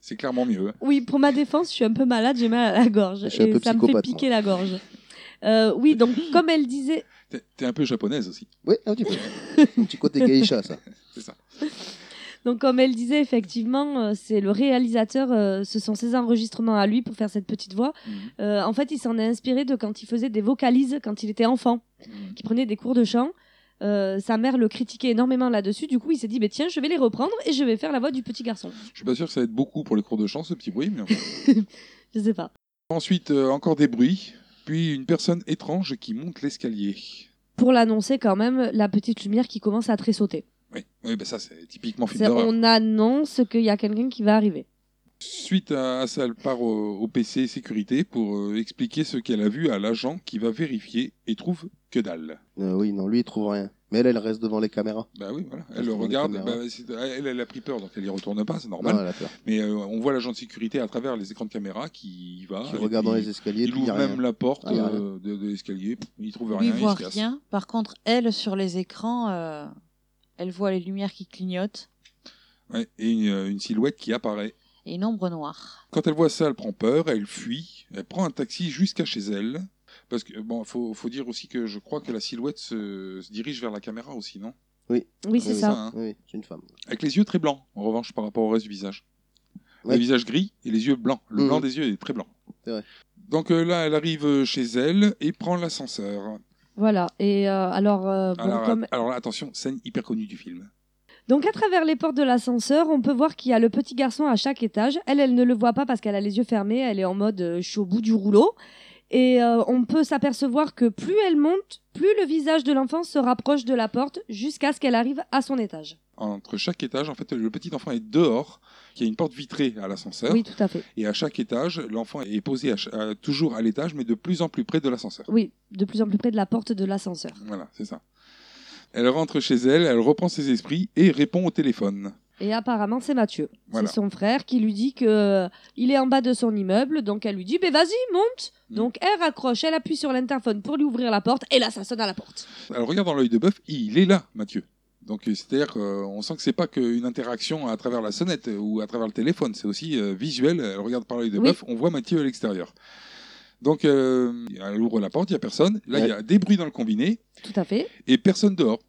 E: C'est clairement mieux. hein.
F: Oui, pour ma défense, je suis un peu malade, j'ai mal à la gorge.
B: Je suis un
F: et
B: peu
F: ça me fait
B: psychopathe,
F: piquer la gorge. Euh, oui, donc comme elle disait,
E: T'es- T'es un peu japonaise aussi.
B: Oui, un petit peu. un petit côté geisha, ça.
E: C'est ça.
F: donc comme elle disait effectivement, euh, c'est le réalisateur, euh, ce sont ses enregistrements à lui pour faire cette petite voix.
E: Mhm.
F: Euh, en fait, il s'en est inspiré de quand il faisait des vocalises quand il était enfant,
E: Mhm.
F: qui prenait des cours de chant. Euh, sa mère le critiquait énormément là-dessus. Du coup, il s'est dit, bah, tiens, je vais les reprendre et je vais faire la voix du petit garçon.
E: Je suis pas sûr que ça aide beaucoup pour les cours de chant, ce petit bruit. Mais... enfin.
F: Je sais pas.
E: Ensuite, euh, encore des bruits. Puis une personne étrange qui monte l'escalier.
F: Pour l'annoncer quand même, la petite lumière qui commence à tressauter.
E: Oui, oui bah ça c'est typiquement film
F: C'est-
E: d'horreur.
F: On annonce qu'il y a quelqu'un qui va arriver.
E: Suite à, à ça, elle part au, au PC sécurité pour euh, expliquer ce qu'elle a vu à l'agent qui va vérifier et trouve que dalle.
B: Euh, oui, non, lui, il trouve rien. Mais elle, elle reste devant les caméras.
E: Bah oui, voilà.
B: Je
E: Elle le
B: trouve
E: regarde.
B: les caméras.
E: bah, c'est- elle, elle a pris peur, donc elle y retourne pas, c'est
B: Non,
E: normal.
B: elle a Ah, peur.
E: Mais euh, on voit l'agent de sécurité à travers les écrans de caméra qui y va.
B: Qui
E: Ah, et
B: regarde dans
E: puis
B: les escaliers,
E: Il
B: puis il y a
E: ouvre
B: rien.
E: même la porte
B: Ah, il y a rien.
E: euh, de, de l'escalier. pff, Il trouve
G: Lui
E: rien.
G: voit
E: il se casse.
G: rien. Par contre, elle, sur les écrans, euh, elle voit les lumières qui clignotent
E: Ouais, et une, euh, une silhouette qui apparaît.
G: et une ombre noire.
E: Quand elle voit ça, elle prend peur, elle fuit, elle prend un taxi jusqu'à chez elle. Parce que, bon, faut, faut dire aussi que je crois que la silhouette se, se dirige vers la caméra aussi, non
F: Oui, c'est
B: Ah Oui,
F: ça.
E: hein.
B: Oui, c'est une femme.
E: Avec les yeux très blancs, en revanche, par rapport au reste du visage.
B: Ouais.
E: Le visage gris et les yeux blancs. Le
B: Mhm.
E: blanc des yeux est très blanc.
B: C'est vrai.
E: Donc euh, là, elle arrive euh, chez elle et prend l'ascenseur.
F: Voilà. Et euh, alors, euh, bon,
E: alors,
F: comme-
E: alors là, attention, scène hyper connue du film.
F: donc à travers les portes de l'ascenseur, on peut voir qu'il y a le petit garçon à chaque étage. Elle, elle ne le voit pas parce qu'elle a les yeux fermés. Elle est en mode euh, je suis au bout du rouleau. Et euh, on peut s'apercevoir que plus elle monte, plus le visage de l'enfant se rapproche de la porte jusqu'à ce qu'elle arrive à son étage.
E: Entre chaque étage, en fait, le petit enfant est dehors. Il y a une porte vitrée à l'ascenseur.
F: Oui, tout à fait.
E: Et à chaque étage, l'enfant est posé à ch- à- toujours à l'étage, mais de plus en plus près de l'ascenseur.
F: Oui, de plus en plus près de la porte de l'ascenseur.
E: Voilà, c'est ça. Elle rentre chez elle, elle reprend ses esprits et répond au téléphone.
F: Et apparemment, c'est Mathieu.
E: Voilà.
F: C'est son frère qui lui dit que euh, il est en bas de son immeuble, donc elle lui dit "Ben vas-y, monte."
E: Mm.
F: Donc elle raccroche, elle appuie sur l'interphone pour lui ouvrir la porte et là ça sonne à la porte.
E: Elle regarde dans l'œil de bœuf, il est là, Mathieu. Donc euh, c'est-à-dire qu'on sent que c'est pas qu'une interaction à travers la sonnette ou à travers le téléphone, c'est aussi euh, visuel. Elle regarde par l'œil de
F: Oui.
E: bœuf, on voit Mathieu à l'extérieur. Donc euh, elle ouvre la porte, il y a personne. Là, il y a des bruits dans le combiné.
F: Tout à fait.
E: et personne dehors.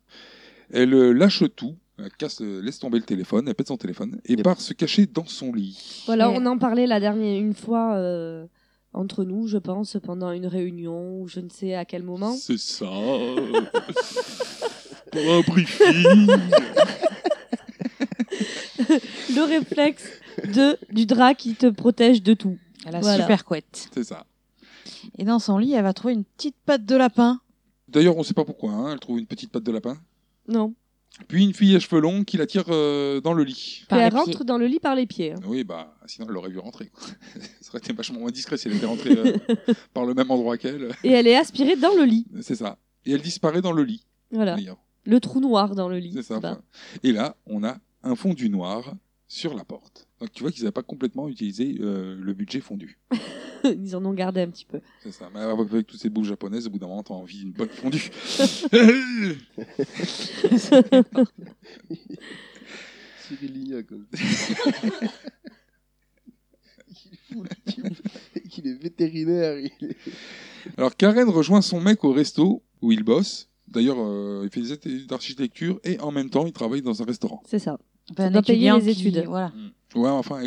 E: Elle euh, lâche tout, elle casse, euh, laisse tomber le téléphone, elle pète son téléphone et
B: Yep.
E: part se cacher dans son lit.
F: Voilà,
G: Et-
F: on en parlait la dernière une fois euh, entre nous, je pense, pendant une réunion ou je ne sais à quel moment.
E: C'est ça. Pour un briefing.
F: Le réflexe de du drap qui te protège de tout.
G: Elle a
F: Voilà.
G: super couette.
E: C'est ça.
G: Et dans son lit, elle va trouver une petite patte de lapin.
E: D'ailleurs, on ne sait pas pourquoi. hein, Elle trouve une petite patte de lapin.
F: Non.
E: Puis une fille à cheveux longs qui la tire euh, dans le lit.
G: Par
F: Et
G: les
F: elle
G: pieds.
F: rentre dans le lit par les pieds. hein.
E: Oui, bah, sinon elle l'aurait vu rentrer. quoi. Ça aurait été vachement moins discret si elle était rentrée euh, par le même endroit qu'elle.
F: Et elle est aspirée dans le lit.
E: C'est ça. Et elle disparaît dans le lit.
F: Voilà.
E: d'ailleurs.
F: Le trou noir dans le lit.
E: Bah, C'est ça.
F: Bah,
E: enfin. Et là, on a un fondu noir sur la porte. Donc tu vois qu'ils n'ont pas complètement utilisé euh, le budget fondu.
F: Ils en ont gardé un petit peu.
E: C'est ça. Mais avec, avec toutes ces bouffes japonaises, au bout d'un moment, t'as envie d'une bonne fondue.
B: Cyril Lignac. comme- il est fou, le type. Il est vétérinaire. il est-
E: Alors Karen rejoint son mec au resto où il bosse. D'ailleurs, euh, il fait des études d'architecture et en même temps, il travaille dans un restaurant.
F: C'est ça.
G: Enfin,
F: C'est pas payer
G: Ben, étudiant
F: les
G: qui-
F: études.
G: Voilà.
E: Mm. Ouais, enfin,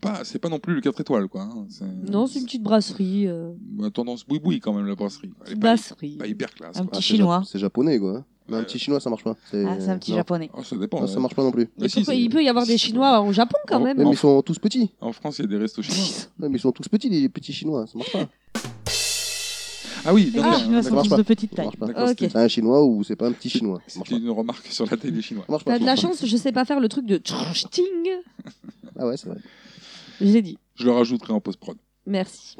E: pas, c'est pas non plus le 4 étoiles, quoi. hein.
F: Non, c'est une petite brasserie. euh,
E: Ouais, tendance boui-boui quand même, la brasserie. Elle est pas,
F: brasserie.
E: pas hyper classe.
G: Un
E: quoi.
G: petit
B: c'est
G: chinois.
B: ja- C'est japonais, quoi. hein. Mais
E: Ouais.
B: un petit chinois, ça marche pas. C'est
G: Ah, c'est un petit
B: Euh, non.
G: japonais.
E: Ah, ça dépend.
B: Non, ça marche pas non plus.
E: Ah, si,
F: Il peut-
E: c'est-
F: il peut y avoir des
E: si,
F: Chinois au Japon quand
E: Oh,
F: même.
B: Ouais,
E: En-
B: mais ils sont tous petits.
E: En France, il y a des restos chinois.
B: Ouais, mais ils sont tous petits, les petits chinois. Ça marche pas.
E: Ah oui,
G: Les
E: donc, euh,
G: chinois
B: ça
G: sont
B: marche
G: tous
B: pas.
G: de petite
B: Ça
G: taille.
B: marche pas.
E: d'accord,
F: Ok.
E: c'était-
B: C'est un chinois ou c'est pas un petit chinois. Ça marche
E: c'était
B: pas.
E: une remarque sur la taille des Chinois.
B: Ça marche pas.
F: T'as
B: ça
F: de la
B: marche pas.
F: chance, je sais pas faire le truc de ting.
B: Ah ouais, c'est vrai.
F: Je l'ai dit.
E: Je le rajouterai en post-prod.
F: Merci.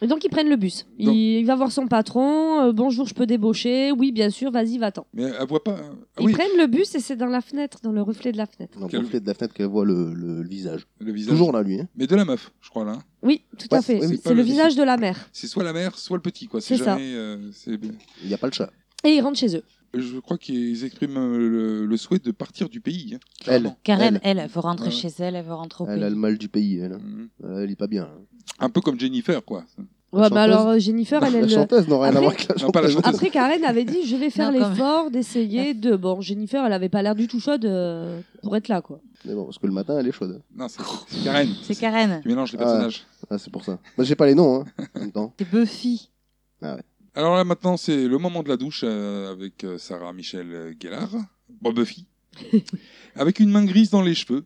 F: Et donc ils prennent le bus. Il,
E: Donc-
F: il va voir son patron. euh, bonjour, je peux débaucher. Oui, bien sûr, vas-y, va-t'en.
E: Mais elle voit pas. hein. Ah
F: Ils
E: oui,
F: prennent le bus et c'est dans la fenêtre, dans le reflet de la fenêtre.
B: Donc,
E: Quel-
B: on fait de la fenêtre qu'elle voit le, le- le visage.
E: le visage.
B: Toujours là, lui. Hein.
E: Mais de la meuf, je crois, là. hein.
F: Oui, tout à
B: Ouais,
F: fait.
B: oui,
E: mais pas
F: c'est le
E: le-
F: visage de la mère.
E: C'est soit la mère, soit le petit, quoi. C'est
F: C'est ça.
E: jamais. euh, c'est-
B: Il n'y a pas le chat.
F: Et ils rentrent chez eux.
E: Je crois qu'ils expriment euh, le, le souhait de partir du pays. hein,
B: Elle.
E: clairement.
G: Karen, elle, elle veut rentrer
E: Ouais.
G: chez elle, elle veut rentrer au
B: Elle a le
G: pays.
B: mal du pays, elle.
E: Mhm.
B: Euh, Elle est pas bien. hein.
E: Un peu comme Jennifer, quoi.
F: Ouais, mais
B: chanteuse
F: alors euh, Jennifer, elle,
B: la
F: elle,
B: chanteuse n'a rien à
F: Après-
B: voir avec la
E: Non, pas la
B: chanteuse.
E: chanteuse.
F: Après, Karen avait dit Je vais faire
G: Non, quand
F: l'effort d'essayer de. Bon, Jennifer, elle avait pas l'air du tout chaude euh, pour être là, quoi.
B: Mais bon, parce que le matin, elle est chaude.
E: Non, c'est c'est Karen.
G: C'est Karen,
E: Tu mélanges les
B: Ah.
E: personnages.
B: Ah, c'est pour ça. Moi, j'ai pas les noms, hein, en même temps.
G: c'est Buffy.
E: Alors là, maintenant, c'est le moment de la douche euh, avec euh, Sarah Michel Gellar. Bon, Buffy. avec une main grise dans les cheveux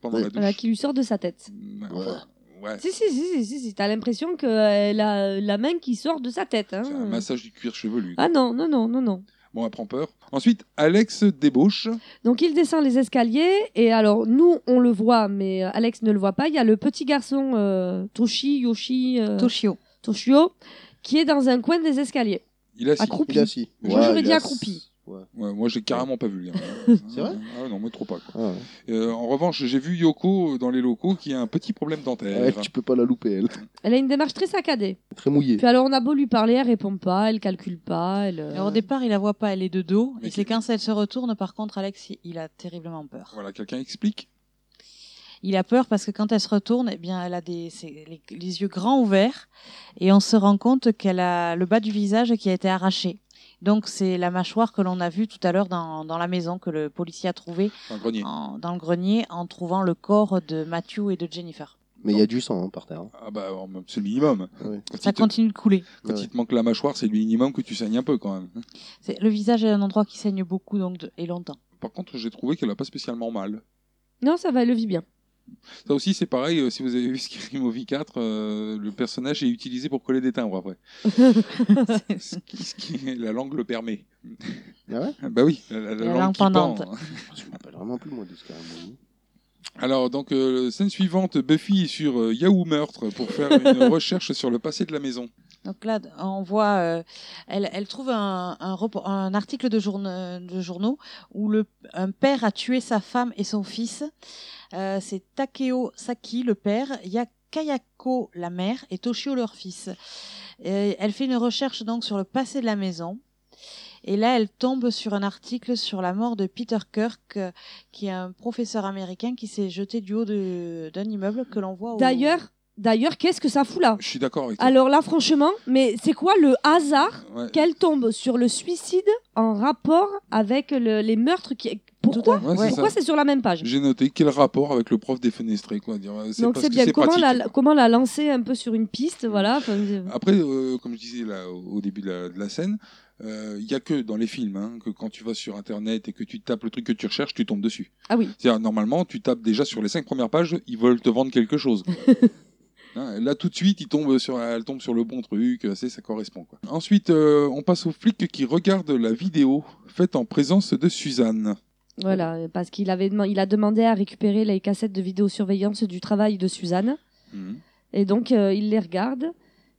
E: pendant
B: Oui.
E: la douche.
F: Voilà, qui lui sort de sa tête.
E: Ouais, enfin, ouais.
F: Si, si, si, si, si, si. t'as l'impression qu'elle a euh, la main qui sort de sa tête. hein.
E: C'est un massage du cuir chevelu.
F: Ah non, non, non, non, non.
E: Bon, elle prend peur. Ensuite, Alex débauche.
F: Donc il descend les escaliers, et alors nous, on le voit, mais euh, Alex ne le voit pas. Il y a le petit garçon euh, Toshi, Yoshi, euh,
G: Toshio.
F: Toshio, qui est dans un coin des escaliers,
E: Il a assis.
F: accroupi.
B: Il est assis.
F: Moi, j'aurais
B: il
F: dit
B: est
F: accroupi.
B: Ouais.
E: Ouais, moi, j'ai carrément pas vu le gamin.
B: C'est vrai
E: Ah non, mais trop pas. quoi.
B: Ah, ouais.
E: Euh, en revanche, j'ai vu Yoko euh, dans les locaux qui a un petit problème dentaire.
B: Elle, tu peux pas la louper, elle.
F: Elle a une démarche très saccadée.
B: Très mouillée.
F: Puis alors on a beau lui parler, elle répond pas, elle calcule pas, elle. euh,
G: Alors, au départ, il la voit pas, elle est de dos.
E: Mais
G: et c'est
E: c'est-
G: quand elle se retourne, par contre, Alex, il- il a terriblement peur.
E: Voilà, quelqu'un explique.
G: Il a peur parce que quand elle se retourne, eh bien, elle a des, c'est les, les yeux grands ouverts et on se rend compte qu'elle a le bas du visage qui a été arraché. Donc c'est la mâchoire que l'on a vue tout à l'heure dans, dans la maison que le policier a trouvée
E: Dans le grenier.
G: en- dans le grenier en trouvant le corps de Matthew et de Jennifer.
B: Mais il y a du sang hein, par terre. hein.
E: Ah bah, en- c'est le minimum.
B: Ouais.
E: Quand,
G: Ça
E: il te,
G: continue de couler.
E: quand
B: Ouais.
E: il te manque la mâchoire, c'est le minimum que tu saignes un peu quand même.
G: C'est- Le visage est un endroit qui saigne beaucoup donc de- et longtemps.
E: Par contre, j'ai trouvé qu'elle a pas spécialement mal.
F: Non, ça va, elle le vit bien.
E: Ça aussi, c'est pareil. euh, si vous avez vu Scary Movie 4, euh, le personnage est utilisé pour coller des timbres après. ce qui, ce qui- la langue le permet.
B: Ah ouais
E: Bah oui, la, la- la
G: La
E: langue,
G: langue
E: qui pend.
G: pendante.
B: Je me rappelle vraiment plus, moi, de ce qu'elle m'a dit.
E: Alors, donc, euh, scène suivante, Buffy est sur euh, Yahoo Meurtre pour faire une recherche sur le passé de la maison.
G: Donc là, on voit, euh, elle, elle trouve un, un, repos- un article de, journa- de journaux où le, un père a tué sa femme et son fils. Euh, c'est Takeo Saki, le père, il y a Kayako, la mère, et Toshio, leur fils. Et elle fait une recherche donc sur le passé de la maison. Et là, elle tombe sur un article sur la mort de Peter Kirk, euh, qui est un professeur américain qui s'est jeté du haut de- d'un immeuble que l'on voit au-
F: D'ailleurs, d'ailleurs, qu'est-ce que ça fout là
E: Je suis d'accord avec toi.
F: Alors là, franchement, mais c'est quoi le hasard
E: Ouais.
F: qu'elle tombe sur le suicide en rapport avec le- les meurtres qui.
G: Tout à-
F: Pourquoi
E: Ouais, c'est
F: Pourquoi
E: ça.
F: c'est sur la même page
E: J'ai noté quel rapport avec le prof défenestré. Quoi. Dire, euh, c'est
F: Donc
E: parce
F: c'est
E: que
F: bien comment
E: pratique.
F: la, comment la lancer un peu sur une piste, voilà. enfin, euh,
E: Après, euh, comme je disais là, au au début de la, de la scène, euh, il y a que dans les films hein, que quand tu vas sur Internet et que tu tapes le truc que tu recherches, tu tombes dessus.
F: Ah oui.
E: C'est-à-dire, normalement, tu tapes déjà sur les cinq premières pages, ils veulent te vendre quelque chose. Hein, Là, tout de suite, ils tombent sur, elle tombe sur le bon truc, euh, c'est, ça correspond. Quoi. Ensuite, euh, on passe au flic qui regarde la vidéo faite en présence de Suzanne.
F: Voilà, parce qu'il avait deman- il a demandé à récupérer les cassettes de vidéosurveillance du travail de Suzanne.
E: Mhm.
F: Et donc, euh, il les regarde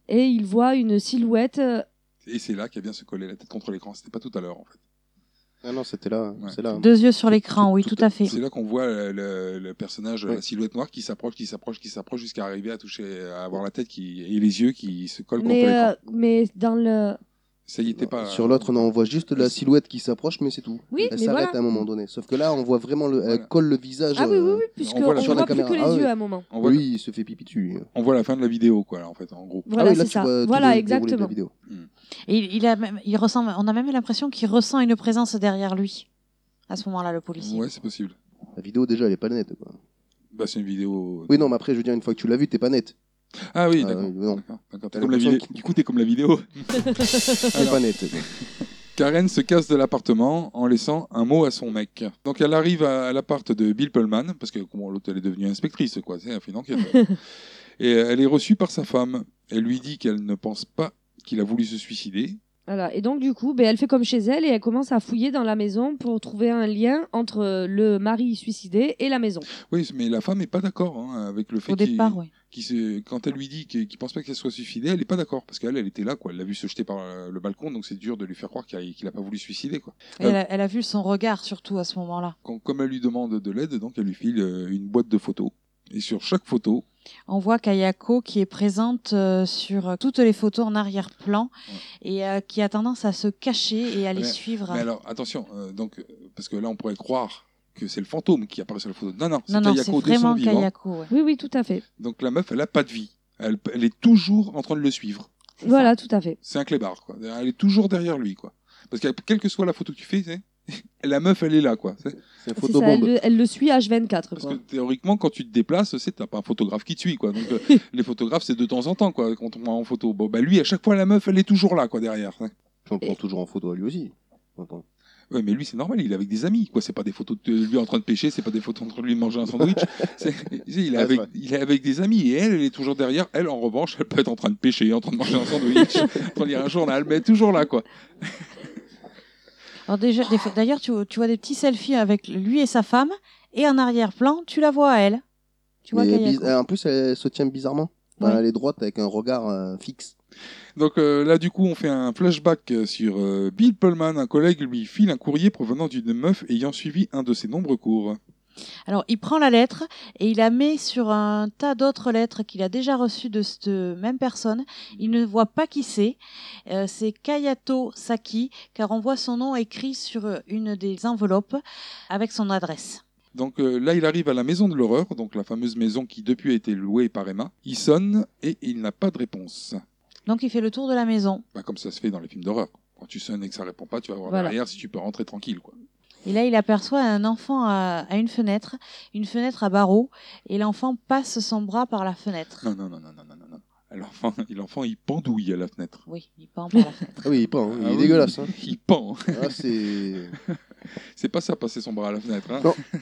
F: et il voit une silhouette. euh,
E: Et c'est là qu'elle vient se coller la tête contre l'écran. C'était pas tout à l'heure, en fait.
B: Ah non, c'était là.
E: Ouais.
B: C'est là.
G: Deux yeux sur l'écran, oui,
E: Tout-
G: tout à fait.
E: C'est là qu'on voit euh, le, le personnage,
B: Oui.
E: la silhouette noire qui s'approche, qui s'approche, qui s'approche jusqu'à
G: euh,
E: arriver à toucher, à avoir la tête qui, et les yeux qui se collent contre
F: mais,
E: l'écran.
F: euh, mais dans le.
E: Ça y était pas.
B: Sur l'autre, non, on voit juste la silhouette qui s'approche, mais c'est tout.
F: Oui,
B: elle
F: mais
B: s'arrête
F: voilà.
B: à un moment donné. Sauf que là, on voit vraiment le.
E: Voilà.
B: Elle colle le visage.
F: Ah oui, oui,
B: euh,
F: oui, puisque
E: on
F: on
E: voit
F: voit,
E: la- sur
B: la
F: plus
B: caméra.
F: que les
B: Ah
F: yeux
B: oui.
F: à un moment.
E: On voit,
B: oui, il se fait pipi dessus.
E: on voit la fin de la vidéo, quoi, là, en fait, en gros.
F: Voilà,
B: ah oui, là,
F: c'est
B: tu
F: ça.
B: vois tout
F: Voilà,
B: le déroulé de la
F: exactement.
B: vidéo.
G: Et il, il a même- il ressent, on a même l'impression qu'il ressent une présence derrière lui à ce moment-là, le policier.
E: Ouais, c'est possible.
B: La vidéo, déjà, elle est pas nette. quoi.
E: Bah, c'est une vidéo.
B: Oui, non, mais après, je veux dire, une fois que tu l'as vue, t'es pas nette.
E: Ah oui,
B: Ah,
E: d'accord.
B: oui, non.
E: D'accord,
B: T'as
E: d'accord. T'es comme la vidéo.
B: l'impression qu'il-
E: Du coup, t'es comme la vidéo.
B: T'es pas nette.
E: Karen se casse de l'appartement en laissant un mot à son mec. Donc elle arrive à, à l'appart de Bill Pullman, parce que comment l'autre elle est devenue inspectrice, quoi, c'est elle fait une enquête. Et euh, elle est reçue par sa femme. Elle lui dit qu'elle ne pense pas qu'il a voulu se suicider.
F: Voilà. Et donc, du coup, ben, elle fait comme chez elle et elle commence à fouiller dans la maison pour trouver un lien entre euh, le mari suicidé et la maison.
E: Oui, mais la femme n'est pas d'accord hein, avec le fait
G: Au
E: qu'il- Euh.
G: départ, oui.
E: qu'il se- quand elle lui dit qu'il ne pense pas qu'elle soit suicidée, elle n'est pas d'accord, parce qu'elle, elle était là, quoi. Elle l'a vu se jeter par euh, le balcon, donc c'est dur de lui faire croire qu'il n'a pas voulu se suicider, quoi.
G: Et Elle, a, elle a vu son regard surtout à ce moment-là.
E: Quand- comme elle lui demande de l'aide, donc elle lui file euh, une boîte de photos. Et sur chaque photo,
G: On voit Kayako qui est présente euh, sur euh, toutes les photos en arrière-plan
E: Ouais.
G: et euh, qui a tendance à se cacher et à les
E: Mais-
G: suivre.
E: Mais alors, attention, euh, donc, euh, parce que là, on pourrait croire que c'est le fantôme qui apparaît sur la photo. Non, non, c'est
G: non, non, c'est
E: Kayako de son
G: vraiment
E: vivant.
G: Kayako. ouais.
F: Oui, oui, tout à fait.
E: Donc la meuf, elle a pas de vie. Elle, elle est toujours en train de le suivre.
G: C'est
F: Voilà, tout à fait.
E: C'est un clébard, quoi. Elle est toujours derrière lui, quoi. Parce que quelle que soit la photo que tu fais, tu sais, la meuf, elle est là, quoi. C'est-
B: C'est une
F: C'est ça, elle,
B: photobombe.
F: le- elle le suit H24.
E: Parce
F: Quoi.
E: que théoriquement, quand tu te déplaces, c'est t'as pas un photographe qui te suit, quoi. Donc euh, les photographes, c'est de temps en temps, quoi, quand on prend en photo. Bon, bah lui, à chaque fois, la meuf, elle est toujours là, quoi, derrière. hein.
B: Puis on le prend toujours en photo à lui aussi. Attends.
E: Ouais, mais lui, c'est normal, il est avec des amis, quoi. C'est pas des photos de lui en train de pêcher, c'est pas des photos entre lui de manger un sandwich. C'est- tu sais, il, est
B: Ouais,
E: avec,
B: c'est vrai.
E: il est avec des amis et elle, elle est toujours derrière. Elle, en revanche, elle peut être en train de pêcher, en train de manger un sandwich, en train de lire un journal, mais elle est toujours là, quoi.
G: Alors déjà, des fois- d'ailleurs, tu, tu vois des petits selfies avec lui et sa femme et en arrière-plan, tu la vois à elle. Tu vois
B: Mais
G: Kayako.
B: biz- euh, en plus, elle se tient bizarrement. Enfin,
G: Ouais.
B: Elle est droite avec un regard euh, fixe.
E: Donc euh, là, du coup, on fait un flashback euh, sur euh, Bill Pullman. Un collègue lui file un courrier provenant d'une meuf ayant suivi un de ses nombreux cours.
G: Alors, il prend la lettre et il la met sur un tas d'autres lettres qu'il a déjà reçues de cette même personne. Il ne voit pas qui c'est. Euh, c'est Kayato Saki, car on voit son nom écrit sur une des enveloppes avec son adresse.
E: Donc euh, là, il arrive à la maison de l'horreur, donc la fameuse maison qui depuis a été louée par Emma. Il sonne et il n'a pas de réponse.
G: Donc, il fait le tour de la maison.
E: Bah, comme ça se fait dans les films d'horreur. Quand tu sonnes et que ça répond pas, tu vas voir
F: Voilà.
E: derrière si tu peux rentrer tranquille. Quoi.
G: Et là, il aperçoit un enfant à, à une fenêtre, une fenêtre à barreaux, et l'enfant passe son bras par la fenêtre.
E: Non, non, non, non, non, non, non, non. L'enfant, l'enfant, il pendouille à la fenêtre.
G: Oui, il pend par la fenêtre.
B: Ah oui, il pend, hein. il
E: Ah
B: est
E: oui,
B: dégueulasse. hein.
E: Il pend.
B: Ah, c'est.
E: C'est pas ça, passer son bras à la fenêtre. hein.
B: Non.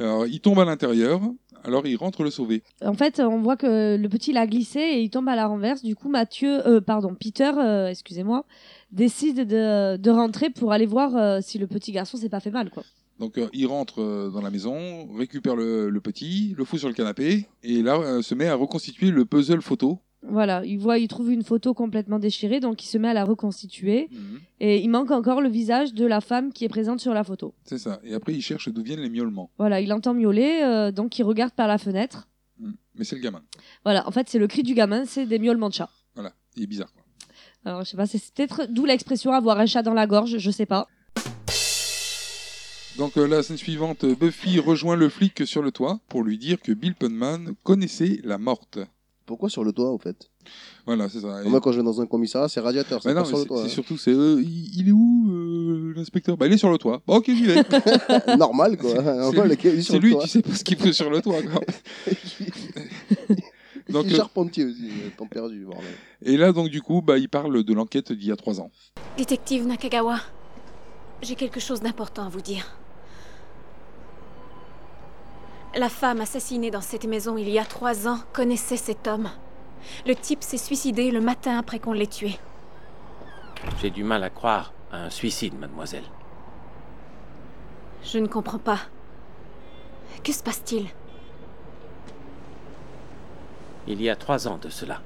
E: Alors, il tombe à l'intérieur, alors il rentre le sauver.
F: En fait, on voit que le petit l'a glissé et il tombe à la renverse. Du coup, Mathieu, euh, pardon, Peter, euh, excusez-moi, décide de, de rentrer pour aller voir euh, si le petit garçon s'est pas fait mal. Quoi.
E: Donc, euh, il rentre euh, dans la maison, récupère le, le petit, le fout sur le canapé, et là, euh, se met à reconstituer le puzzle photo.
F: Voilà, il voit, il trouve une photo complètement déchirée, donc il se met à la reconstituer.
B: Mhm.
F: Et il manque encore le visage de la femme qui est présente sur la photo.
E: C'est ça. Et après, il cherche d'où viennent les miaulements.
F: Voilà, il entend miauler, euh, donc il regarde par la fenêtre.
E: Mhm. Mais c'est le gamin.
F: Voilà, en fait, c'est le cri du gamin, c'est des miaulements de chat.
E: Voilà. Il est bizarre. quoi.
F: Alors, je sais pas, c'est c'est peut-être d'où l'expression avoir un chat dans la gorge, je sais pas.
E: Donc euh, la scène suivante, euh, Buffy rejoint le flic sur le toit pour lui dire que Bill Punman connaissait la morte.
B: Pourquoi sur le toit, en fait
E: Voilà, c'est ça. Et-
B: Moi, quand je vais dans un commissariat, c'est radiateur,
E: Bah
B: c'est
E: non,
B: pas sur le
E: mais c'est
B: toit.
E: c'est surtout, c'est euh, il il est où euh, l'inspecteur Bah il est sur le toit. Bah ok, j'y vais.
B: hein. Normal, quoi. Normal,
E: lui-
B: le gars, il est sur
E: c'est
B: le
E: lui
B: toit.
E: qui sait pas ce qu'il faut sur le toit. quoi. Donc,
B: C'est
E: euh,
B: charpentier aussi, euh, temps perdu. bordel.
E: et là donc du coup, bah il parle de l'enquête d'il y a trois ans.
I: Détective Nakagawa, j'ai quelque chose d'important à vous dire. La femme assassinée dans cette maison il y a trois ans connaissait cet homme. Le type s'est suicidé le matin après qu'on l'ait tué.
H: J'ai du mal à croire à un suicide, mademoiselle.
I: Je ne comprends pas. Que se passe-t-il
H: Il y a trois ans de cela.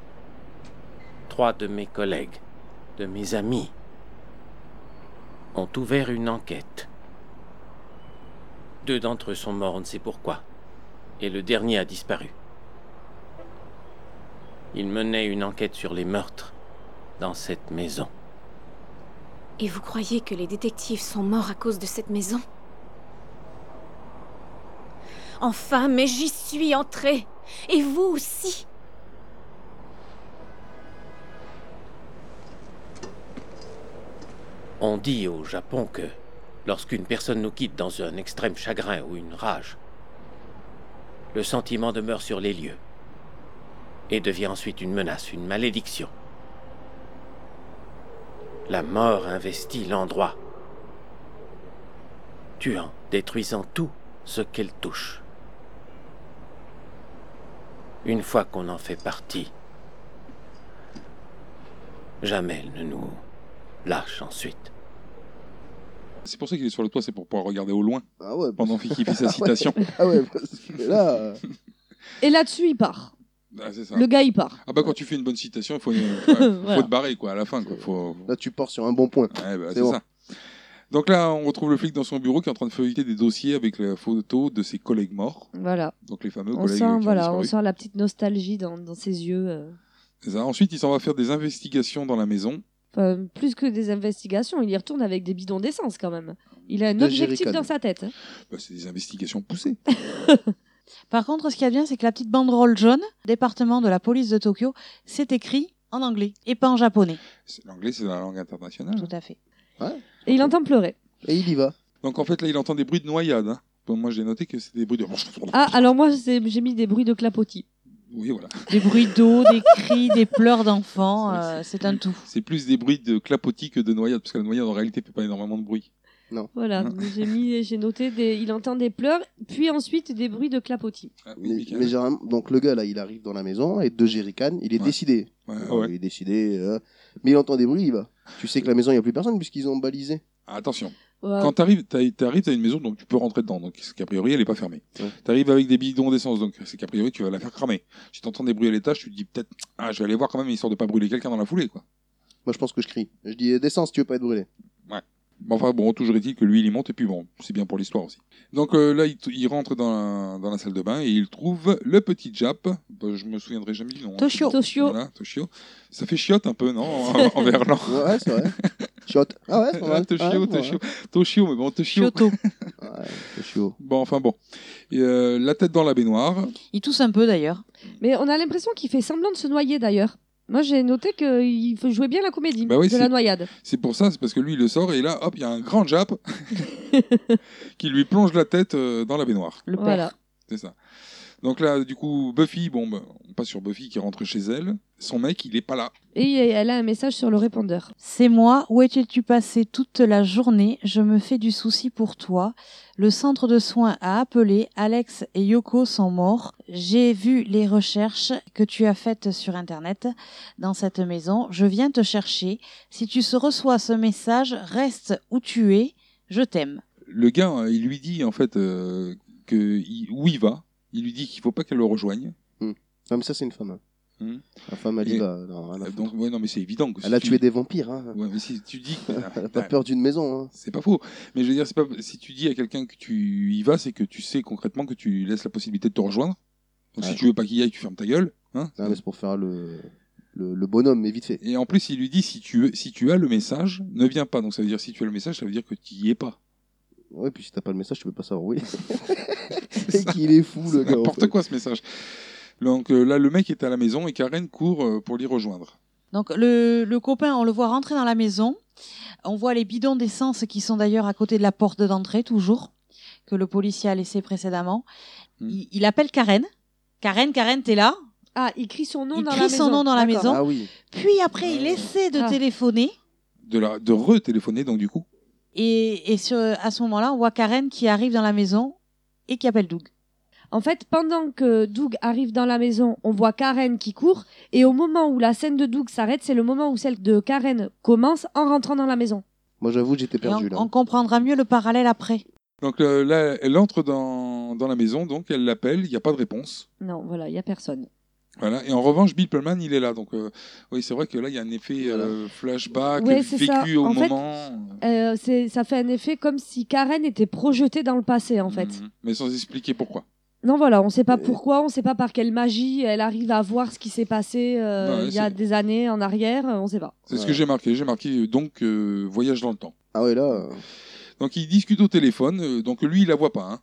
H: Trois de mes collègues, de mes amis, ont ouvert une enquête. Deux d'entre eux sont morts, on ne sait pourquoi, et le dernier a disparu. Ils menaient une enquête sur les meurtres dans cette maison.
D: Et vous croyez que les détectives sont morts à cause de cette maison Enfin, mais j'y suis entrée Et vous aussi
H: On dit au Japon que lorsqu'une personne nous quitte dans un extrême chagrin ou une rage, le sentiment demeure sur les lieux et devient ensuite une menace, une malédiction. La mort investit l'endroit, tuant, détruisant tout ce qu'elle touche. Une fois qu'on en fait partie, jamais elle ne nous lâche ensuite.
E: C'est pour ça qu'il est sur le toit, c'est pour pouvoir regarder au loin
B: Ah ouais,
E: pendant qu'il fait
B: Ah
E: sa
B: ouais.
E: citation.
B: ah ouais, parce que là, euh,
F: Et là-dessus, il part.
E: Ah, c'est ça.
F: Le gars, il part.
E: Ah bah quand tu fais une bonne citation, il faut, ouais,
F: Voilà.
E: faut te barrer quoi à la fin quoi. Faut...
B: là tu pars sur un bon point.
E: Ouais, bah,
B: C'est
E: c'est
B: bon.
E: ça. Donc là, on retrouve le flic dans son bureau qui est en train de feuilleter des dossiers avec la photo de ses collègues morts,
F: Voilà.
E: donc les fameux
F: On
E: collègues qui
F: sent,
E: ont
F: voilà,
E: disparu.
F: on sent la petite nostalgie dans, dans ses yeux. euh.
E: C'est ça. Ensuite, il s'en va faire des investigations dans la maison.
F: Enfin, plus que des investigations, il y retourne avec des bidons d'essence quand même. Il a un
B: Des
F: objectif
B: jerrycans.
F: dans sa tête. hein.
E: Bah, c'est des investigations poussées.
G: Par contre, ce qu'il y a de bien, c'est que la petite banderole jaune, département de la police de Tokyo, c'est écrit en anglais et pas en japonais.
E: C'est- L'anglais, c'est la langue internationale.
G: Tout à fait.
F: Et il entend pleurer.
B: Et il y va.
E: Donc en fait, là, il entend des bruits de noyade. hein. Bon, moi, j'ai noté que c'était des bruits de.
F: Ah, alors moi, c'est- j'ai mis des bruits de clapotis.
E: Oui, voilà.
G: Des bruits d'eau, des cris, des pleurs d'enfants, euh, c'est un tout.
E: C'est plus des bruits de clapotis que de noyade, parce que la noyade, en réalité, fait pas énormément de bruit.
F: Voilà,
E: Mm.
F: j'ai mis, j'ai noté, des, il entend des pleurs, puis ensuite des bruits de clapotis.
E: Ah, oui,
B: Mais,
E: Michael.
B: mais généralement, donc le gars là, il arrive dans la maison et deux jerrycans, il est
E: Ouais.
B: décidé.
E: Ouais,
B: Alors,
E: ouais.
B: Il est décidé, euh, mais il entend des bruits, il va. Tu sais que la maison, il n'y a plus personne puisqu'ils ont balisé.
E: Ah, Attention.
F: Ouais.
E: Quand t'arrives, t'as- t'arrives, t'as une maison, donc tu peux rentrer dedans. Donc, c'est qu'a priori, elle est pas fermée.
B: Ouais.
E: T'arrives avec des bidons d'essence, donc c'est qu'a priori, tu vas la faire cramer. Si t'entends des bruits à l'étage, tu te dis peut-être, ah, je vais aller voir quand même, histoire de pas brûler quelqu'un dans la foulée, quoi.
B: Moi, je pense que je crie. Je dis, eh, descends si tu veux pas être brûlé.
E: Bon, enfin, bon, toujours est-il que lui, il y monte, et puis bon, c'est bien pour l'histoire aussi. Donc, euh, là, il, t- il rentre dans la, dans la salle de bain, et il trouve le petit Jap. Bah, je me souviendrai jamais du nom. hein.
G: Toshio.
F: Toshio,
E: Voilà, Toshio. Ça fait chiotte un peu, non, en, en verlan.
B: Ouais, c'est vrai. Shot. Ah ouais, c'est pas
E: Ah,
B: mal.
E: Toshio,
B: Ouais,
E: Toshio. Toshio, mais bon, Toshio.
G: Kyoto.
B: ouais. Ouais, Toshio.
E: Bon, enfin bon. Et, euh, la tête dans la baignoire.
G: Il tousse un peu d'ailleurs.
F: Mais on a l'impression qu'il fait semblant de se noyer d'ailleurs. Moi j'ai noté qu'il faut jouer bien la comédie
E: Bah oui,
F: de
E: c'est-
F: la noyade.
E: C'est pour ça, c'est parce que lui, il le sort et là, hop, il y a un grand Jap qui lui plonge la tête euh, dans la baignoire.
G: Le père.
F: Voilà.
E: C'est ça. Donc là, du coup, Buffy, bon, bah, on passe sur Buffy qui rentre chez elle. Son mec, il est pas là.
F: Et elle a un message sur le répondeur.
G: C'est moi, où étais-tu passé toute la journée Je me fais du souci pour toi. Le centre de soins a appelé, Alex et Yoko sont morts. J'ai vu les recherches que tu as faites sur Internet dans cette maison. Je viens te chercher. Si tu se reçois ce message, reste où tu es. Je t'aime.
E: Le gars, euh, il lui dit en fait euh, que il- où il va. Il lui dit qu'il faut pas qu'elle le rejoigne.
B: Non, mais ça, c'est une femme. hein.
E: Hmm.
B: La femme, elle
E: Et-
B: y va. Non, rien à
E: Euh,
B: foutre.
E: Donc, ouais, non, mais c'est évident que si
B: elle a
E: tu-
B: tué des vampires. Hein.
E: Ouais, mais si tu dis. ben,
B: Elle a pas peur d'une maison. Hein.
E: C'est pas faux. Mais je veux dire, c'est pas... si tu dis à quelqu'un que tu y vas, c'est que tu sais concrètement que tu laisses la possibilité de te rejoindre. Donc
B: Ouais.
E: si tu veux pas qu'il y aille, tu fermes ta gueule. Hein
B: Non, mais c'est pour faire le, le, le bonhomme, mais vite fait.
E: Et en plus, il lui dit si tu, si tu as le message, ne viens pas. Donc ça veut dire si tu as le message, ça veut dire que tu y es pas.
B: Ouais, puis si t'as pas le message, tu peux pas savoir où il est.
E: C'est
B: C'est
E: ça.
B: qu'il est fou, le
E: C'est
B: gars. en
E: n'importe
B: fait.
E: quoi ce message. Donc euh, là, le mec est à la maison et Karen court euh, pour l'y rejoindre.
G: Donc le, le copain, on le voit rentrer dans la maison. On voit les bidons d'essence qui sont d'ailleurs à côté de la porte d'entrée, toujours, que le policier a laissé précédemment.
E: Hmm.
G: Il, il appelle Karen. Karen, Karen, t'es là.
F: Ah, il crie son nom
G: Il
F: dans la
G: crie
F: maison.
G: son nom dans la
F: D'accord.
G: maison.
B: Ah oui.
G: Puis après, il essaie de
F: Ah.
G: téléphoner.
E: De, la, de re-téléphoner, donc du coup.
G: Et, et sur, à ce moment-là, on voit Karen qui arrive dans la maison et qui appelle Doug.
F: En fait, pendant que Doug arrive dans la maison, on voit Karen qui court. Et au moment où la scène de Doug s'arrête, c'est le moment où celle de Karen commence en rentrant dans la maison.
B: Moi, j'avoue, j'étais
G: Et on,
B: perdu, là.
G: on comprendra mieux le parallèle après.
E: Donc euh, là, elle entre dans, dans la maison, donc elle l'appelle, il n'y a pas de réponse.
F: Non, voilà, il y a personne.
E: Voilà. Et en revanche, Bill Pullman, il est là. Donc euh, oui, c'est vrai que là, il y a un effet euh, flashback
F: Ouais, c'est
E: vécu
F: ça.
E: au
F: En fait,
E: moment.
F: Euh, c'est- ça fait un effet comme si Karen était projetée dans le passé, en fait.
E: Mhm. Mais sans Mm-hmm. expliquer pourquoi.
F: Non, voilà, on ne sait pas
B: Et-
F: pourquoi, on ne sait pas par quelle magie elle arrive à voir ce qui s'est passé euh,
E: Ouais,
F: il y a
E: c'est-
F: des années en arrière, euh, on ne sait pas.
E: C'est ce
B: Ouais.
E: que j'ai marqué. J'ai marqué euh, donc euh, voyage dans le temps.
B: Ah ouais, là. euh,
E: Donc ils discutent au téléphone. euh, donc lui, il la voit pas. hein.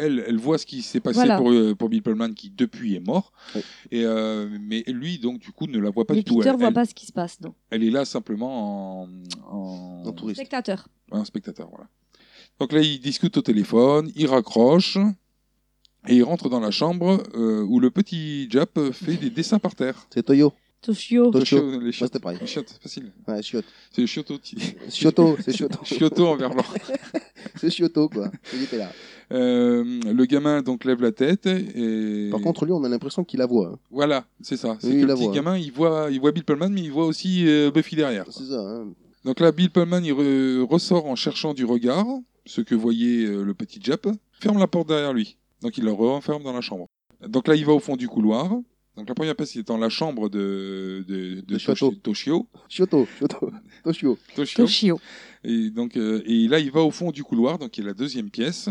E: Elle, elle voit ce qui s'est passé
F: Voilà.
E: pour, euh, pour Bill Pullman qui depuis est mort.
B: Ouais.
E: Et euh, mais lui, donc du coup, ne la voit pas
F: Mais
E: du tout.
F: Peter
E: Elle,
F: ne voit
E: elle-
F: pas ce qui se passe, non.
E: elle est là simplement en, en-
B: En touriste.
F: Spectateur.
E: un spectateur. Voilà. Donc là, ils discutent au téléphone, ils raccrochent et ils rentrent dans la chambre euh, où le petit Jap fait des dessins par terre.
B: C'est Toyo.
F: Toshio.
B: Toshio.
E: Toshio, Les
B: Moi,
E: chiottes,
B: c'était pareil.
E: les chiottes, facile.
B: Ouais, chiotte.
E: C'est Chioto. qui-
B: Chioto, c'est Chioto.
E: Chioto en verlan.
B: C'est Chioto, quoi. Il était là.
E: Euh, le gamin donc lève la tête et
B: Par contre, lui, on a l'impression qu'il la voit. hein.
E: voilà, c'est ça. C'est
B: Oui,
E: que
B: il
E: le
B: la
E: petit
B: voit.
E: gamin, il voit, il voit Bill Pullman, mais il voit aussi euh, Buffy derrière. quoi.
B: C'est ça. hein.
E: Donc là, Bill Pullman, il re- ressort en cherchant du regard ce que voyait euh, le petit Jap, ferme la porte derrière lui. Donc il le renferme dans la chambre. Donc là, il va au fond du couloir. Donc la première pièce est dans la chambre de, de, de,
B: De Chioto.
E: Toshi- Toshio.
B: Chioto, Chioto, Toshio.
E: Toshio.
G: Toshio.
E: Et, donc, euh, et là, il va au fond du couloir, donc qui est la deuxième pièce,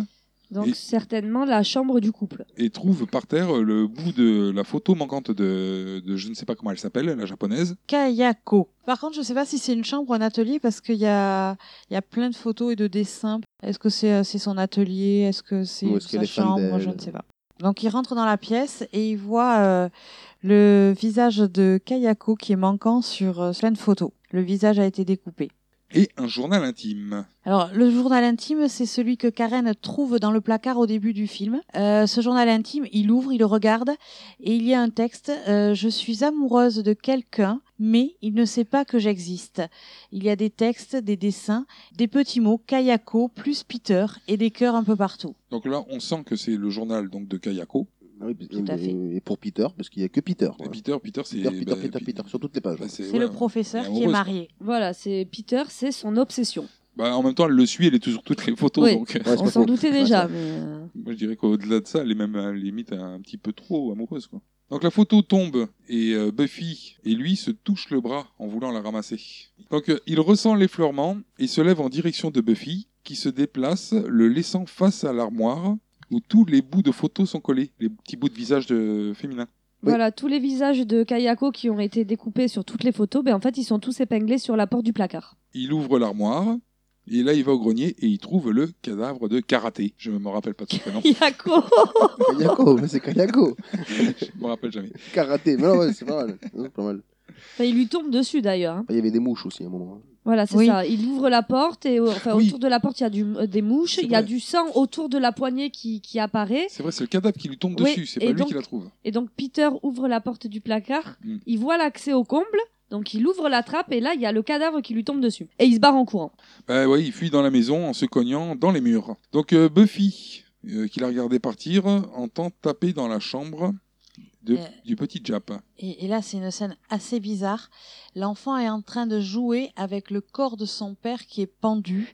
F: Donc
E: Et-
F: certainement la chambre du couple.
E: et trouve par terre euh, le bout de la photo manquante de, de je ne sais pas comment elle s'appelle, la japonaise.
G: Kayako. Par contre, je sais pas si c'est une chambre ou un atelier parce qu'il y a, il y a plein de photos et de dessins. Est-ce que c'est euh, c'est son atelier Est-ce que c'est
B: Ou est-ce
G: sa
B: qu'elle est fan
G: chambre Moi, Je
B: d'elle
G: ne sais pas. Donc, il rentre dans la pièce et il voit euh, le visage de Kayako qui est manquant sur euh, plein de photos. Le visage a été découpé.
E: Et un journal intime.
G: Alors, le journal intime, c'est celui que Karen trouve dans le placard au début du film. Euh, ce journal intime, il l'ouvre, il le regarde, et il y a un texte euh, Je suis amoureuse de quelqu'un, mais il ne sait pas que j'existe. Il y a des textes, des dessins, des petits mots, Kayako plus Peter, et des cœurs un peu partout.
E: Donc là, on sent que c'est le journal donc de Kayako.
B: Ah oui, parce-
G: Tout à
B: et-
G: fait.
B: Et pour Peter, parce qu'il n'y a que Peter.
E: Et
B: quoi.
E: Peter, Peter, c'est
B: Peter, Peter,
E: bah,
B: Peter,
E: Pi-
B: Peter, sur toutes les pages.
E: bah,
G: C'est
E: ouais.
G: le professeur
E: Elle est
G: qui est
E: amoureuse,
G: marié.
F: Voilà, c'est Peter, c'est son obsession.
E: Bah, en même temps, elle le suit, elle est toujours toutes les photos.
F: Oui.
E: Donc, euh,
B: Ouais, c'est
F: On
B: pas
F: s'en
B: faux.
F: doutait
B: Ouais,
F: déjà,
B: ça-
F: mais euh,
E: moi, je dirais qu'au-delà de ça, elle est même à la limite un petit peu trop amoureuse. Quoi. Donc la photo tombe et euh, Buffy et lui se touchent le bras en voulant la ramasser. Donc euh, il ressent l'effleurement et se lève en direction de Buffy qui se déplace, le laissant face à l'armoire où tous les bouts de photos sont collés, les petits bouts de visage euh, de féminin.
F: voilà, tous les visages de Kayako qui ont été découpés sur toutes les photos, ben en fait, ils sont tous épinglés sur la porte du placard.
E: Il ouvre l'armoire et là il va au grenier et il trouve le cadavre de Karaté. Je ne me rappelle pas de son prénom,
F: Kayako
B: Kayako, mais c'est Kayako.
E: je me rappelle jamais.
B: Karaté, mais non, ouais, c'est pas mal. Non, c'est pas mal.
F: Enfin, Il lui tombe dessus d'ailleurs. hein.
B: Ah, Il y avait des mouches aussi à un moment. hein.
F: Voilà, c'est
G: Oui.
F: ça. Il ouvre la porte et euh, enfin,
E: Oui.
F: autour de la porte, il y a du- euh, des mouches,
E: C'est
F: il y a
E: vrai.
F: du sang autour de la poignée qui, qui apparaît.
E: C'est vrai, c'est le cadavre qui lui tombe
F: Oui,
E: dessus, c'est
F: et
E: pas lui
F: donc-
E: qui la trouve.
F: Et donc Peter ouvre la porte du placard,
E: Mm.
F: il voit l'accès au comble, donc il ouvre la trappe et là, il y a le cadavre qui lui tombe dessus. Et il se barre en courant.
E: Bah ouais, il fuit dans la maison en se cognant dans les murs. Donc euh, Buffy, euh, qui l'a regardé partir, entend taper dans la chambre de-
G: Euh.
E: du petit Jap.
G: Et, et là, c'est une scène assez bizarre. L'enfant est en train de jouer avec le corps de son père qui est pendu,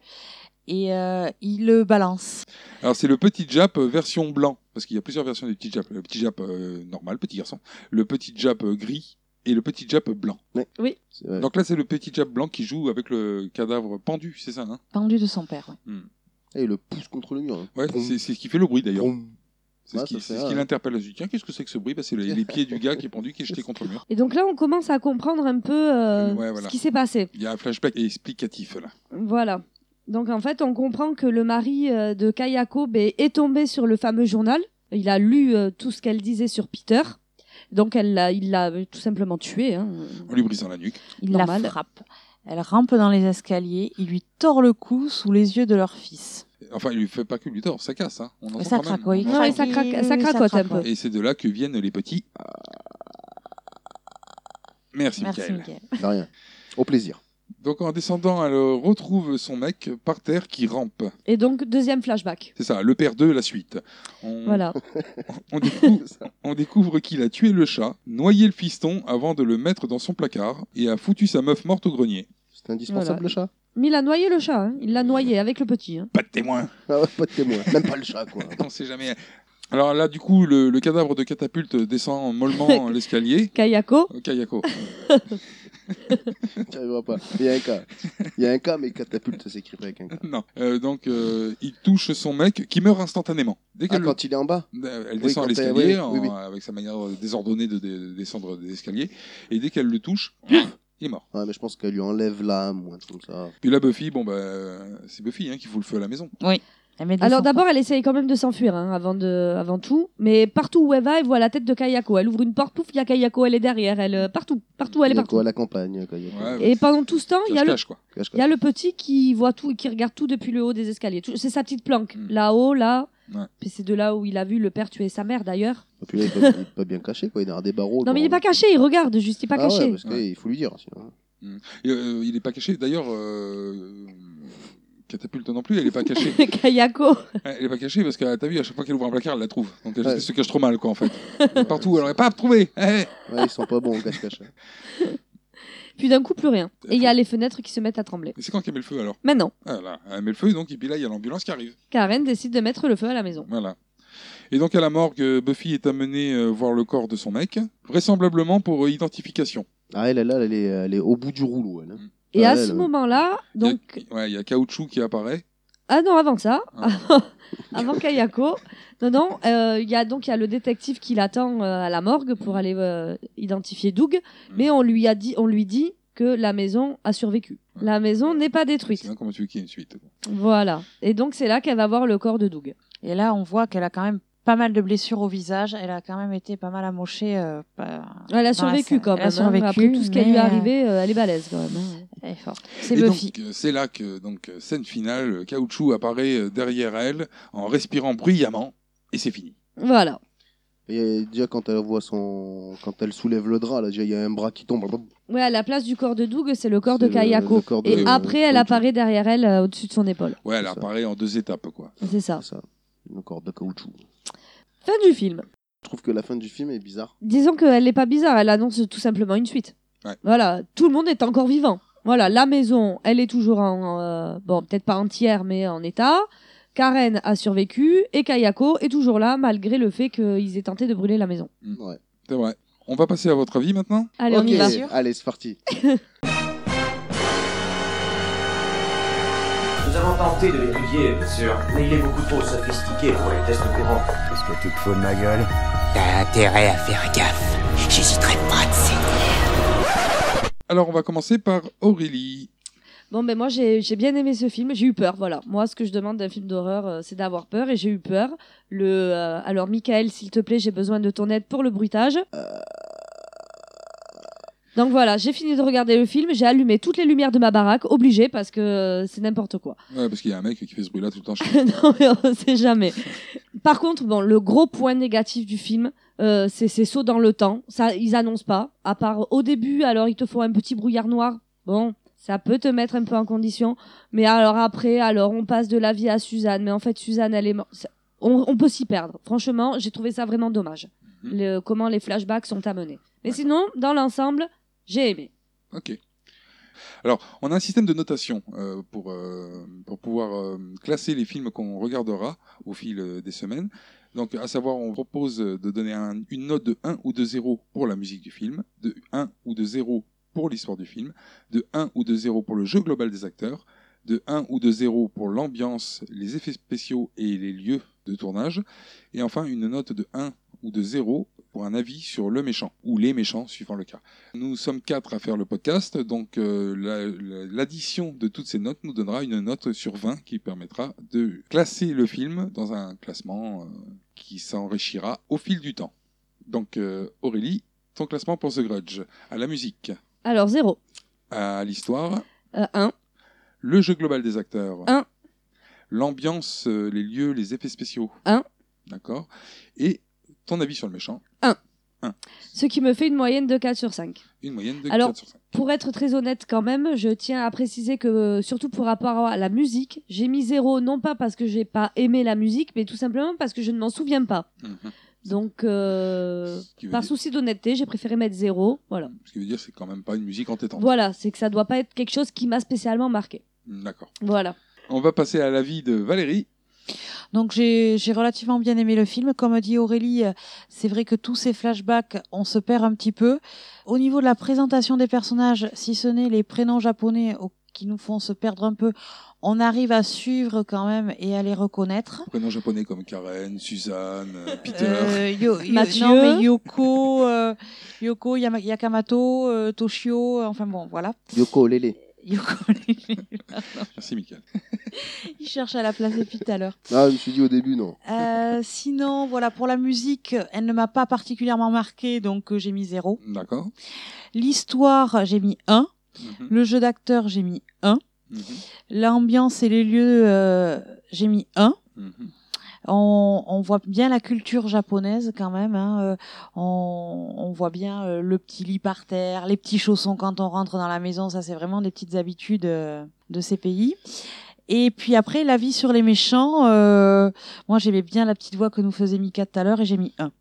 G: et euh, il le balance.
E: Alors c'est le petit Jap euh, version blanc, parce qu'il y a plusieurs versions du petit Jap. Le petit Jap euh, normal, petit garçon, le petit Jap euh, gris et le petit Jap euh, blanc.
B: C'est vrai.
E: Donc là c'est le petit Jap blanc qui joue avec le cadavre pendu, c'est ça hein
G: Pendu de son père, ouais.
B: Et il Eh, le pousse contre le mur. hein.
E: Ouais,
B: Poum,
E: c'est c'est ce qui fait le bruit d'ailleurs.
B: poum.
E: C'est ce
B: Ouais,
E: qui,
B: ça
E: c'est
B: fait
E: ce qui
B: un- hein.
E: l'interpelle. Elle se dit tiens qu'est-ce que c'est que ce bruit Bah, C'est les, les pieds du gars qui est pendu qui est jeté contre le mur.
F: Et donc là, on commence à comprendre un peu euh,
E: Ouais, voilà.
F: ce qui s'est passé.
E: Il y a un flashback explicatif là.
F: Voilà. Donc en fait, on comprend que le mari euh, de Kayako ben, est tombé sur le fameux journal. Il a lu euh, tout ce qu'elle disait sur Peter. Donc elle l'a- il l'a euh, tout simplement tué. hein.
E: En lui brisant la nuque.
G: Il
F: Normal.
G: la frappe. Elle rampe dans les escaliers, il lui tord le cou sous les yeux de leur fils.
E: Enfin, il lui fait pas que du tort, ça casse. Hein. On entend
G: ça
E: quand même.
G: craque, oui.
E: On
F: Ouais,
E: entend.
F: ça craque-
G: Oui, oui,
F: ça
G: oui,
F: cracote un peu.
G: ouais.
E: Et c'est de là que viennent les petits. Merci,
G: Merci,
E: Michael.
G: Mickaël.
B: De rien. Au plaisir.
E: Donc en descendant, elle euh, retrouve son mec par terre qui rampe.
F: Et donc, deuxième flashback.
E: C'est ça, le père 2, la suite. On,
F: Voilà.
E: on découvre, on découvre qu'il a tué le chat, noyé le fiston avant de le mettre dans son placard et a foutu sa meuf morte au grenier.
B: C'est indispensable
F: Voilà.
B: le chat
F: Mais il a noyé le chat. hein. Il l'a noyé avec le petit. hein.
E: Pas de témoin,
B: Ah ouais, pas de témoin. Même pas le chat, quoi.
E: on sait jamais. Alors là, du coup, le, le cadavre de catapulte descend mollement l'escalier.
F: Kayako.
E: Kayako.
B: Tu arriveras pas. Il y a un cas. Il y a un cas, mais catapulte, ça s'écrit pas avec un cas.
E: Non. Euh, donc, euh, il touche son mec qui meurt instantanément. Dès
B: Ah,
E: qu'elle
B: quand il est en bas
E: Euh, Elle
B: Oui,
E: descend à
B: quand elle-
E: l'escalier
B: oui,
E: en-
B: oui, oui.
E: avec sa manière euh, désordonnée de dé- descendre des escaliers. Et dès qu'elle le touche, il est mort.
B: Ouais, mais je pense qu'elle lui enlève l'âme ou un truc comme ça.
E: Puis là, Buffy, bon, bah, c'est Buffy hein, qui fout le feu à la maison.
G: Elle met des
F: Alors
G: sangles.
F: d'abord, elle essaye quand même de s'enfuir hein, avant, de, avant tout. Mais partout où elle va, elle voit la tête de Kayako. Elle ouvre une porte, pouf, il y a Kayako, elle est derrière. Elle, euh, partout, partout, elle est
B: Il y a
F: partout.
B: quoi à la campagne quoi, il y a quoi
E: Ouais,
F: Et pendant tout ce temps, il y a le
E: Cache-cache, quoi.
B: Cache,
F: Il y a le petit qui voit tout et qui regarde tout depuis le haut des escaliers. Tout- C'est sa petite planque.
E: Mm.
F: Là-haut, là.
E: Ouais.
F: Puis c'est de là où il a vu le père tuer sa mère d'ailleurs.
B: Et puis là, il est pas- il est pas bien caché, quoi. Il est derrière des barreaux.
F: Non mais il
B: bon.
F: est pas caché, il regarde juste, il est pas
B: Oh, Ah
F: caché.
B: ouais, parce qu'il faut lui dire. sinon.
E: Et, euh, il est pas caché. D'ailleurs, euh, Catapulte non plus, elle est pas cachée.
F: Kayako.
E: elle est pas cachée parce que t'as vu, à chaque fois qu'elle ouvre un placard, elle la trouve. Donc elle
B: Ouais.
E: se cache trop mal, quoi, en fait. Partout, elle aurait pas à trouver. Eh
B: Ouais, ils sont pas bons, cache-cache.
F: Puis d'un coup plus rien. Et il y a les fenêtres qui se mettent à trembler.
E: Et c'est quand qu'elle met le feu alors
F: Maintenant,
E: ah, là, Elle met le feu, donc, et puis là, il y a l'ambulance qui arrive.
F: Karen décide de mettre le feu à la maison.
E: Voilà. Et donc à la morgue, euh, Buffy est amenée euh, voir le corps de son mec, vraisemblablement pour euh, identification.
B: Ah, elle, elle, elle, est, elle est au bout du rouleau, elle. hein.
F: Et
B: Ah,
F: à
B: là,
F: ce
B: là.
F: moment-là,
E: Il y a-
F: donc
E: ouais, il y a Caoutchouc qui apparaît.
F: Ah non, avant ça,
E: Ah.
F: avant Kayako. Non, non, euh, il y a donc il y a le détective qui l'attend euh, à la morgue pour aller euh, identifier Doug,
E: Mm.
F: mais on lui a dit, on lui dit que la maison a survécu. La maison n'est pas
E: C'est
F: détruite.
E: bien comment tu veux qu'il y ait une suite.
F: Voilà. Et donc c'est là qu'elle va voir le corps de Doug.
G: Et là, on voit qu'elle a quand même pas mal de blessures au visage. Elle a quand même été pas mal amochée. euh, pas-
F: Elle a
G: Dans la
F: survécu
G: scène.
F: quand
G: Elle a
F: même. hein.
G: survécu,
F: Après tout ce qui
G: mais,
F: lui est
G: euh,
F: arrivé, euh, elle est balèze quand même. hein.
G: Elle est forte. C'est
E: Et
G: Buffy.
E: donc, euh, c'est là que, donc, euh, scène finale, euh, Caoutchouc apparaît euh, derrière elle en respirant bruyamment, et c'est fini.
F: Voilà.
B: Et euh, déjà, quand elle voit son. Quand elle soulève le drap, là, déjà, il y a un bras qui tombe.
F: Ouais, à la place du corps de Doug, c'est le corps de
B: C'est le- le
F: Kayako.
B: corps de-
F: Et après, elle
B: Doug.
F: apparaît derrière elle, euh, au-dessus de son épaule.
E: Ouais, elle
B: C'est ça.
E: apparaît en deux étapes, quoi.
F: C'est ça.
B: C'est ça. Le corps de caoutchouc.
F: Fin du film.
B: Je trouve que la fin du film est bizarre.
F: disons qu'elle n'est pas bizarre, elle annonce tout simplement une suite.
E: Ouais.
F: Voilà, tout le monde est encore vivant. Voilà, la maison, elle est toujours en. euh, bon, peut-être pas entière, mais en état. Karen a survécu et Kayako est toujours là, malgré le fait qu'ils aient tenté de brûler la maison.
B: Ouais.
E: C'est vrai. On va passer à votre avis maintenant
F: Allez,
B: Ok,
F: on y va.
B: Allez, c'est parti.
C: Nous avons tenté de l'étudier, bien sûr, mais il est beaucoup trop sophistiqué pour les tests courants.
J: Qu'est-ce que tu te fous de ma gueule
H: T'as intérêt à faire gaffe. J'hésiterai pas de
E: Alors, on va commencer par Aurélie.
F: Bon, ben moi, j'ai j'ai bien aimé ce film, j'ai eu peur, voilà. Moi, ce que je demande d'un film d'horreur, euh, c'est d'avoir peur et j'ai eu peur. Le, euh, alors, Michael, s'il te plaît, j'ai besoin de ton aide pour le bruitage. Euh. Donc voilà, j'ai fini de regarder le film, j'ai allumé toutes les lumières de ma baraque, obligé parce que euh, c'est n'importe quoi.
E: Ouais, parce qu'il y a un mec qui fait ce bruit-là tout le temps. chez lui.
F: non, mais on sait jamais. Par contre, bon, le gros point négatif du film, euh, c'est ces sauts dans le temps. Ça, ils annoncent pas. À part au début, alors il te faut un petit brouillard noir. Bon, ça peut te mettre un peu en condition. Mais alors après, alors on passe de la vie à Suzanne. Mais en fait, Suzanne, elle est morte. Ça- On, on peut s'y perdre. Franchement, j'ai trouvé ça vraiment dommage.
E: Mhm.
F: Le- comment les flashbacks sont amenés. Mais sinon, dans l'ensemble, j'ai aimé.
E: Ok. Alors, on a un système de notation euh, pour, euh, pour pouvoir euh, classer les films qu'on regardera au fil euh, des semaines. Donc, à savoir, on propose euh, de donner un- une note de 1 ou de 0 pour la musique du film, de 1 ou de 0 pour l'histoire du film, de 1 ou de 0 pour le jeu global des acteurs, de 1 ou de 0 pour l'ambiance, les effets spéciaux et les lieux de tournage, et enfin une note de 1 ou de 0 pour un avis sur le méchant, ou les méchants, suivant le cas. Nous sommes quatre à faire le podcast, donc euh, la- la- l'addition de toutes ces notes nous donnera une note sur 20 qui permettra de classer le film dans un classement euh, qui s'enrichira au fil du temps. Donc euh, Aurélie, ton classement pour The Grudge, à la musique,
F: Alors, zéro.
E: à l'histoire,
F: Euh, un.
E: le jeu global des acteurs,
F: Un.
E: l'ambiance, euh, les lieux, les effets spéciaux,
F: Un.
E: d'accord, et ton avis sur le méchant,
F: Ce qui me fait une moyenne de 4 sur 5.
E: une moyenne de
F: Alors,
E: 4 sur 5.
F: Pour être très honnête quand même, je tiens à préciser que euh, surtout pour rapport à la musique, j'ai mis zéro non pas parce que j'ai pas aimé la musique, mais tout simplement parce que je ne m'en souviens pas.
E: Mhm.
F: Donc, euh,
E: Ce qui veut
F: par
E: dire-
F: souci d'honnêteté, j'ai préféré mettre zéro. Voilà,
E: ce qui veut dire c'est quand même pas une musique entêtante.
F: voilà, c'est que ça doit pas être quelque chose qui m'a spécialement marqué.
E: D'accord.
F: Voilà.
E: On va passer à l'avis de Valérie.
G: Donc j'ai j'ai relativement bien aimé le film. Comme dit Aurélie, euh, c'est vrai que tous ces flashbacks, on se perd un petit peu. Au niveau de la présentation des personnages, si ce n'est les prénoms japonais au- qui nous font se perdre un peu, on arrive à suivre quand même et à les reconnaître.
E: Prénoms japonais comme Karen, Suzanne, euh, Peter.
G: Euh, Yo- Yo-
F: Mathieu.
G: non, mais Yoko, euh, Yoko Yama- Yakamato, euh, Toshio, euh, enfin bon, voilà.
B: Yoko Lélé.
G: Yoko,
E: Merci, Mika.
G: il cherche à la place depuis tout à l'heure.
B: Ah, je me suis dit au début, non.
G: Euh, sinon, voilà, pour la musique, elle ne m'a pas particulièrement marqué, donc euh, j'ai mis zéro.
E: D'accord.
G: L'histoire, j'ai mis 1.
E: Mhm.
G: Le jeu d'acteur, j'ai mis 1.
E: Mhm.
G: L'ambiance et les lieux, euh, j'ai mis 1.
E: Mhm.
G: On, on voit bien la culture japonaise quand même. hein, euh, on, on voit bien euh, le petit lit par terre, les petits chaussons quand on rentre dans la maison. Ça, c'est vraiment des petites habitudes euh, de ces pays. Et puis après, la vie sur les méchants. euh, moi, j'aimais bien la petite voix que nous faisait Mika tout à l'heure et j'ai mis 1.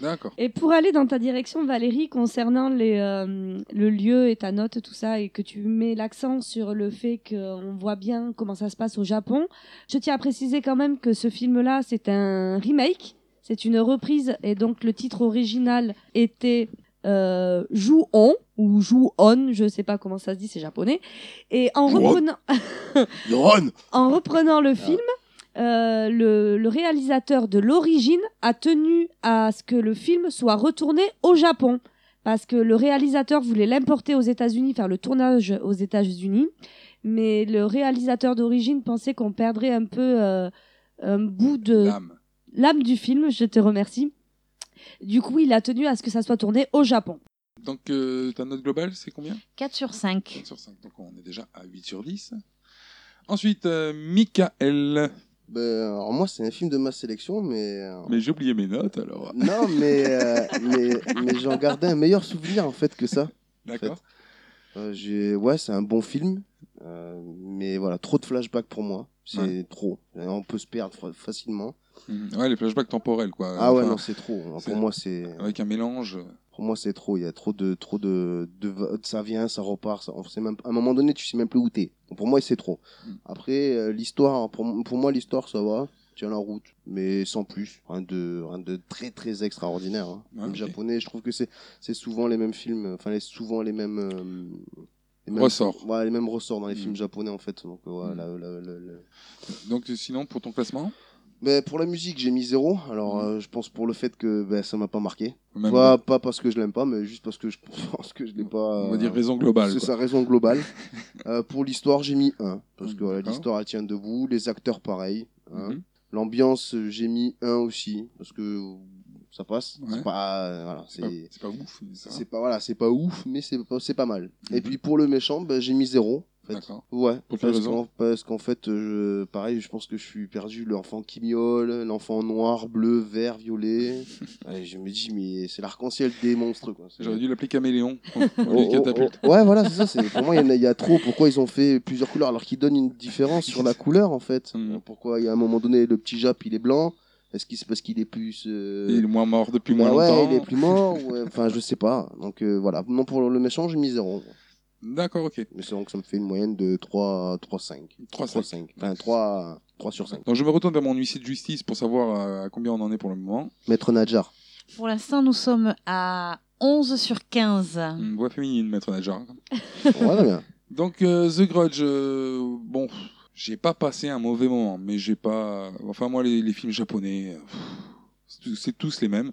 E: D'accord.
F: Et pour aller dans ta direction, Valérie, concernant les, euh, le lieu et ta note, tout ça, et que tu mets l'accent sur le fait qu'on voit bien comment ça se passe au Japon, je tiens à préciser quand même que ce film-là, c'est un remake, c'est une reprise, et donc le titre original était euh, Jou On, ou Jou On, je sais pas comment ça se dit, c'est japonais. Et en
E: Jou On.
F: reprenant,
B: Yoron
F: en reprenant le film, euh, le, le réalisateur de l'origine a tenu à ce que le film soit retourné au Japon. Parce que le réalisateur voulait l'importer aux États-Unis, faire le tournage aux États-Unis. Mais le réalisateur d'origine pensait qu'on perdrait un peu euh, un bout de
E: L'âme.
F: l'âme du film. Je te remercie. Du coup, il a tenu à ce que ça soit tourné au Japon.
E: Donc, euh, ta note globale, c'est combien
G: 4 sur 5.
E: 4 sur 5. Donc, on est déjà à 8 sur 10. Ensuite, euh, Michael.
B: Ben, alors moi, c'est un film de ma sélection, mais... euh,
E: Mais j'ai oublié mes notes, alors.
B: Non, mais, euh, mais, mais j'en gardais un meilleur souvenir, en fait, que ça.
E: D'accord.
B: Euh, j'ai- ouais, c'est un bon film, euh, mais voilà, trop de flashbacks pour moi. C'est
E: Ouais.
B: trop. Euh, On peut se perdre fa- facilement.
E: Mhm. Ouais, les flashbacks temporels, quoi.
B: ah ouais,
E: Enfin,
B: non, c'est trop. Alors,
E: c'est-
B: Pour moi, c'est
E: Avec un mélange.
B: pour moi c'est trop. Il y a trop de trop de, de va- ça vient, ça repart. Ça, on sait même, à un moment donné, tu sais même plus où t'es. Donc, pour moi, c'est trop.
E: Mm.
B: Après, euh, l'histoire, pour, m- pour moi, l'histoire, ça va. Tiens la route, mais sans plus. Rien de, rien de très très extraordinaire. hein.
E: Ouais,
B: Les
E: Ah, ok.
B: japonais, je trouve que c'est c'est souvent les mêmes films, euh, enfin les souvent les mêmes. euh, les mêmes-
E: Ressort.
B: Ouais, les mêmes ressorts dans les
E: Mm.
B: films japonais en fait. Donc, euh, ouais,
E: Mm.
B: la- la- la- la-
E: Donc, sinon, pour ton classement
B: Mais pour la musique, j'ai mis zéro. Alors,
E: Mm.
B: euh, je pense pour le fait que ben, ça m'a pas marqué.
E: même-
B: Pas, pas parce que je l'aime pas, mais juste parce que je pense que je l'ai pas.
E: On
B: euh,
E: va dire raison globale.
B: C'est
E: quoi.
B: sa raison globale. Euh, pour l'histoire, j'ai mis 1. Parce que
E: Mm,
B: voilà,
E: d'accord.
B: l'histoire, elle tient debout. Les acteurs, pareil. hein.
E: Mhm.
B: L'ambiance, euh, j'ai mis 1 aussi. Parce que euh, ça passe.
E: Ouais.
B: C'est pas. euh, voilà,
E: C'est pas-
B: c'est.
E: c'est pas ouf. mais ça va.
B: C'est pas, voilà, c'est pas ouf, mais c'est pas, c'est pas mal.
E: Mhm.
B: Et puis pour le méchant, ben, j'ai mis 0. En fait.
E: D'accord.
B: Ouais,
E: Pour quelle
B: parce
E: raison
B: qu'en, parce qu'en fait, euh, je- pareil, je pense que je suis perdu. L'enfant qui miaule, l'enfant noir, bleu, vert, violet. Ouais, je me dis, mais c'est l'arc-en-ciel des monstres. Quoi. C'est-
E: J'aurais dû l'appeler Caméléon.
B: Oh,
E: au lieu de
B: oh,
E: catapulte.
B: oh. Ouais, voilà, c'est ça. C'est... Pour moi, il y, en a- il y a trop. Pourquoi ils ont fait plusieurs couleurs alors qu'ils donnent une différence sur la couleur en fait
E: Mhm.
B: Pourquoi il y a un moment donné, le petit Jap il est blanc Est-ce que c'est parce qu'il est plus. euh,
E: Il est moins mort depuis
B: bah
E: moins
B: ouais,
E: longtemps.
B: il est plus mort. ouais. Enfin, je sais pas. Donc euh, voilà. Non, pour le méchant, j'ai mis 0.
E: D'accord, ok.
B: Mais c'est donc ça me fait une moyenne de 3, 3 5.
E: 3
B: 3, 5. Enfin, 3, 3 sur 5.
E: Donc je me retourne vers mon huissier de justice pour savoir euh, à combien on en est pour le moment.
B: Maître Nadjar.
G: Pour l'instant, nous sommes à 11 sur 15.
E: Une voix féminine, maître Nadjar.
B: Voilà bien.
E: Donc euh, The Grudge, euh, bon, j'ai pas passé un mauvais moment, mais j'ai pas... Enfin moi, les, les films japonais, euh, pff, c'est tous- c'est tous les mêmes.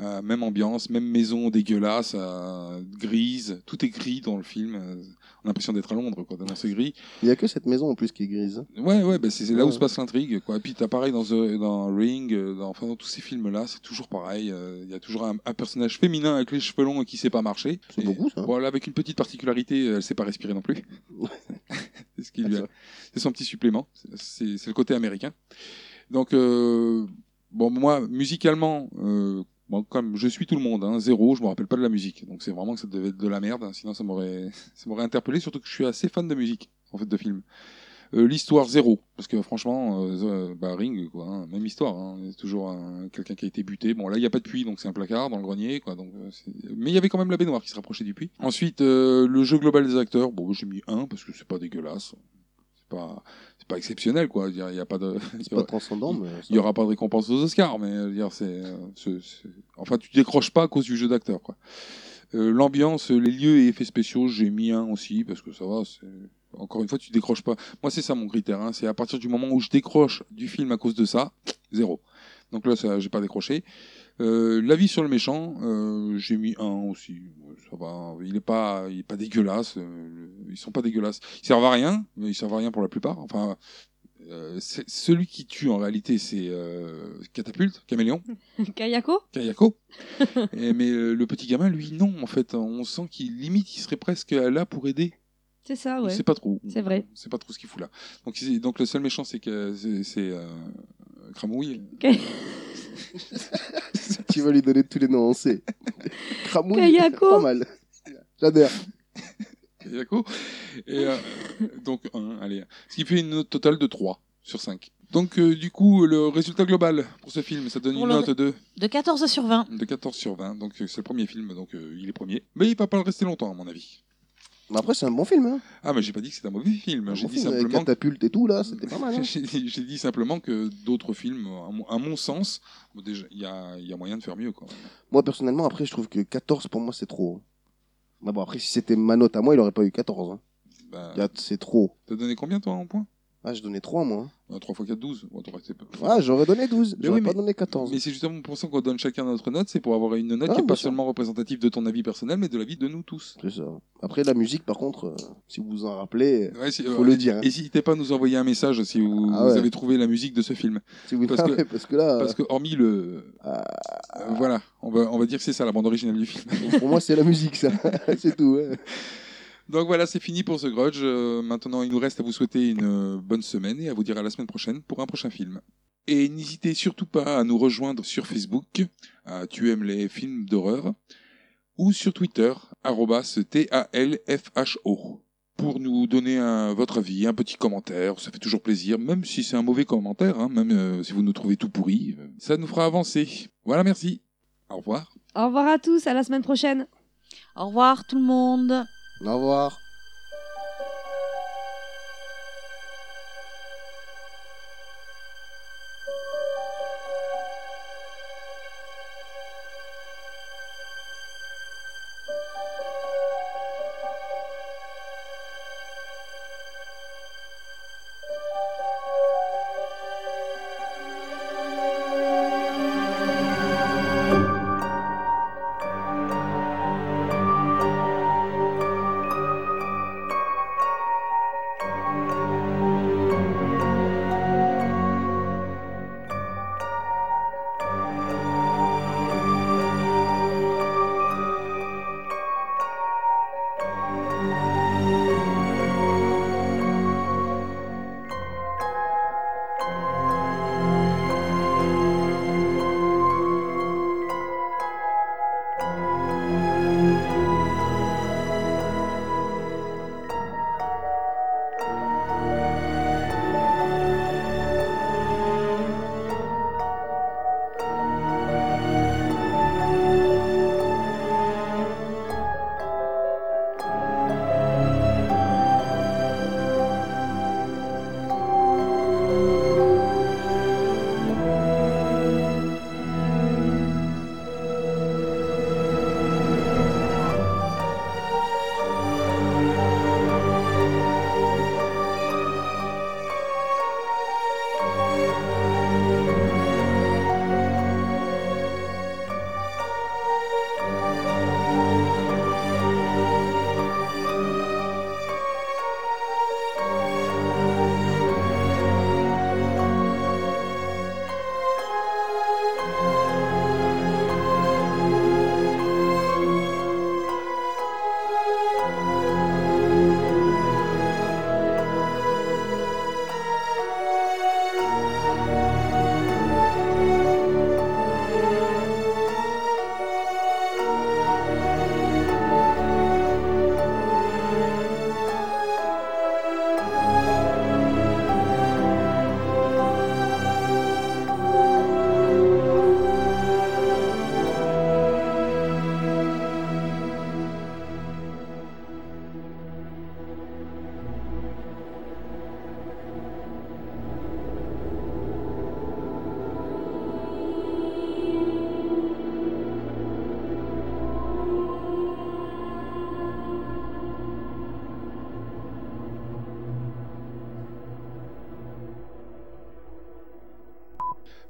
E: Euh, même ambiance, même maison dégueulasse, euh, grise, tout est gris dans le film. euh, on a l'impression d'être à Londres quand dans ce gris.
B: Il y a que cette maison en plus qui est grise.
E: Ouais, ouais, bah c'est c'est là où
B: Ouais.
E: se passe l'intrigue. Quoi. Et puis t'as pareil dans, The- dans Ring, euh, dans, enfin dans tous ces films-là, c'est toujours pareil. euh, Il y a toujours un, un personnage féminin avec les cheveux longs et qui sait pas marcher.
B: C'est
E: Et-
B: beaucoup, hein. ça.
E: Bon, là, avec une petite particularité, euh, elle sait pas respirer non plus. c'est, ce qui lui a- c'est son petit supplément. C'est, c'est le côté américain. Donc, euh, bon, moi, musicalement, euh, bon, comme je suis tout le monde, hein, zéro, je me rappelle pas de la musique. Donc c'est vraiment que ça devait être de la merde, hein, sinon ça m'aurait, ça m'aurait interpellé, surtout que je suis assez fan de musique, en fait, de films. Euh, l'histoire zéro parce que franchement euh, The- bah, Ring quoi hein, même histoire hein, il y a toujours un- quelqu'un qui a été buté bon là il n'y a pas de puits donc c'est un placard dans le grenier quoi donc euh, c'est- mais il y avait quand même la baignoire qui se rapprochait du puits ensuite euh, le jeu global des acteurs bon j'ai mis 1 parce que c'est pas dégueulasse c'est pas, c'est pas exceptionnel, quoi. Il y a, il y a pas de. il y
B: pas
E: aura-
B: transcendant, mais ça-
E: Il y aura pas de récompense aux Oscars, mais euh, je veux dire, c'est, euh, c'est- c'est- enfin, tu décroches pas à cause du jeu d'acteur, quoi. Euh, L'ambiance, les lieux et effets spéciaux, j'ai mis un aussi parce que ça va. c'est- Encore une fois, tu décroches pas. Moi, c'est ça mon critère. hein. C'est à partir du moment où je décroche du film à cause de ça, zéro. Donc là, ça, j'ai pas décroché. Euh, L'avis sur le méchant, euh, j'ai mis un aussi. Ouais, Ça va. Il est pas, il est pas dégueulasse. euh, le- ils sont pas dégueulasses. Ils servent à rien. mais Ils servent à rien pour la plupart. Enfin, euh, c'est- celui qui tue en réalité, c'est euh, Catapulte, Caméléon,
F: Kayako
E: Kayako. Et- mais euh, le petit gamin, lui, non. En fait, hein. on sent qu'il limite, il serait presque là pour aider.
F: C'est
G: Ah
F: ça,
E: On
F: ouais.
E: sait pas trop.
F: C'est vrai.
E: On sait pas trop ce qu'il fout là. Donc, c'est- donc le seul méchant, c'est que c'est c'est, euh, Cramouille.
F: Kay-
B: tu vas lui donner tous les noms, on sait. Cramouille,
F: Kayako.
B: pas mal. J'adhère.
E: Kayako. Et euh, donc un, allez. Ce qui fait une note totale de 3 sur 5. Donc euh, du coup, le résultat global pour ce film, ça donne
G: Pour
E: une
G: le
E: note
G: ré-
E: de
G: De 14 sur 20.
E: de 14 sur 20. Donc euh, c'est le premier film, donc euh, il est premier. Mais il va pas le rester longtemps, à mon avis.
B: Mais après, c'est un bon film. Hein.
E: Ah, mais j'ai pas dit que c'était un mauvais film.
B: Un
E: Bah, J'ai
B: bon
E: dit
B: film, avec
E: simplement.
B: Catapulte et tout, là, c'était pas mal. hein.
E: J'ai dit- j'ai dit simplement que d'autres films, à mon, à mon sens, bon, déjà, il y a, il y a moyen de faire mieux. Quoi.
B: Moi, personnellement, après, je trouve que 14, pour moi, c'est trop. Bah bon, après, si c'était ma note à moi, il aurait pas eu 14. Hein.
E: Bah,
B: Quatre, C'est trop.
E: T'as donné combien, toi, en points
B: Ah, je donnais 3, moi.
E: Bah, 3 x 4, 12. Ouais, t'aurais été-
B: Ah, j'aurais donné 12.
E: Mais
B: J'aurais
E: oui,
B: pas
E: mais-
B: donné 14.
E: Mais c'est justement pour ça qu'on donne chacun notre note, c'est pour avoir une note
B: Ah,
E: qui est
B: bien
E: pas
B: sûr.
E: seulement représentative de ton avis personnel, mais de l'avis de nous tous.
B: C'est ça. Après, la musique, par contre, euh, si vous vous en rappelez,
E: Ouais, c'est-
B: faut
E: euh,
B: le dire. hein.
E: N'hésitez pas à nous envoyer un message si vous,
B: Ah ouais.
E: vous avez trouvé la musique de ce film.
B: Si vous...
E: parce que-
B: Ah ouais, parce que là,
E: Parce que hormis le... Euh, voilà, on va, on va dire que c'est ça la bande originale du film.
B: pour moi, c'est la musique, ça. c'est tout. ouais.
E: Donc voilà, c'est fini pour ce grudge. Euh, maintenant, il nous reste à vous souhaiter une euh, bonne semaine et à vous dire à la semaine prochaine pour un prochain film. Et n'hésitez surtout pas à nous rejoindre sur Facebook, à Tu aimes les films d'horreur, ou sur Twitter, arrobas TALFHO, pour nous donner un- votre avis, un petit commentaire. Ça fait toujours plaisir, même si c'est un mauvais commentaire, hein, même euh, si vous nous trouvez tout pourri. euh, Ça nous fera avancer. Voilà, merci. Au revoir.
F: Au revoir à tous, à la semaine prochaine.
G: Au revoir tout le monde.
B: Au revoir.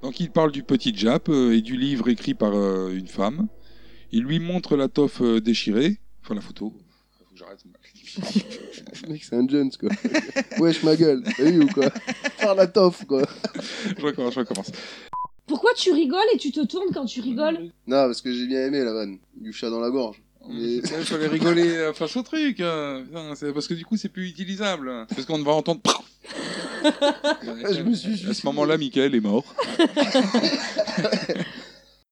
E: Donc il parle du petit Jap euh, et du livre écrit par euh, une femme. Il lui montre la toffe euh, déchirée, enfin la photo. Faut que j'arrête.
B: Mec, c'est un Jones, quoi. Wesh, ma gueule. T'as vu ou quoi Par la toffe, quoi.
E: je recommence, je recommence.
F: Pourquoi tu rigoles et tu te tournes quand tu rigoles
B: Non, parce que j'ai bien aimé la vanne. Du chat dans la gorge. Mais-
E: Il fallait rigoler euh, face au truc, hein. Putain, c'est- parce que du coup c'est plus utilisable. Parce qu'on va entendre.
B: Je me suis
E: À ce moment-là, Michael est mort.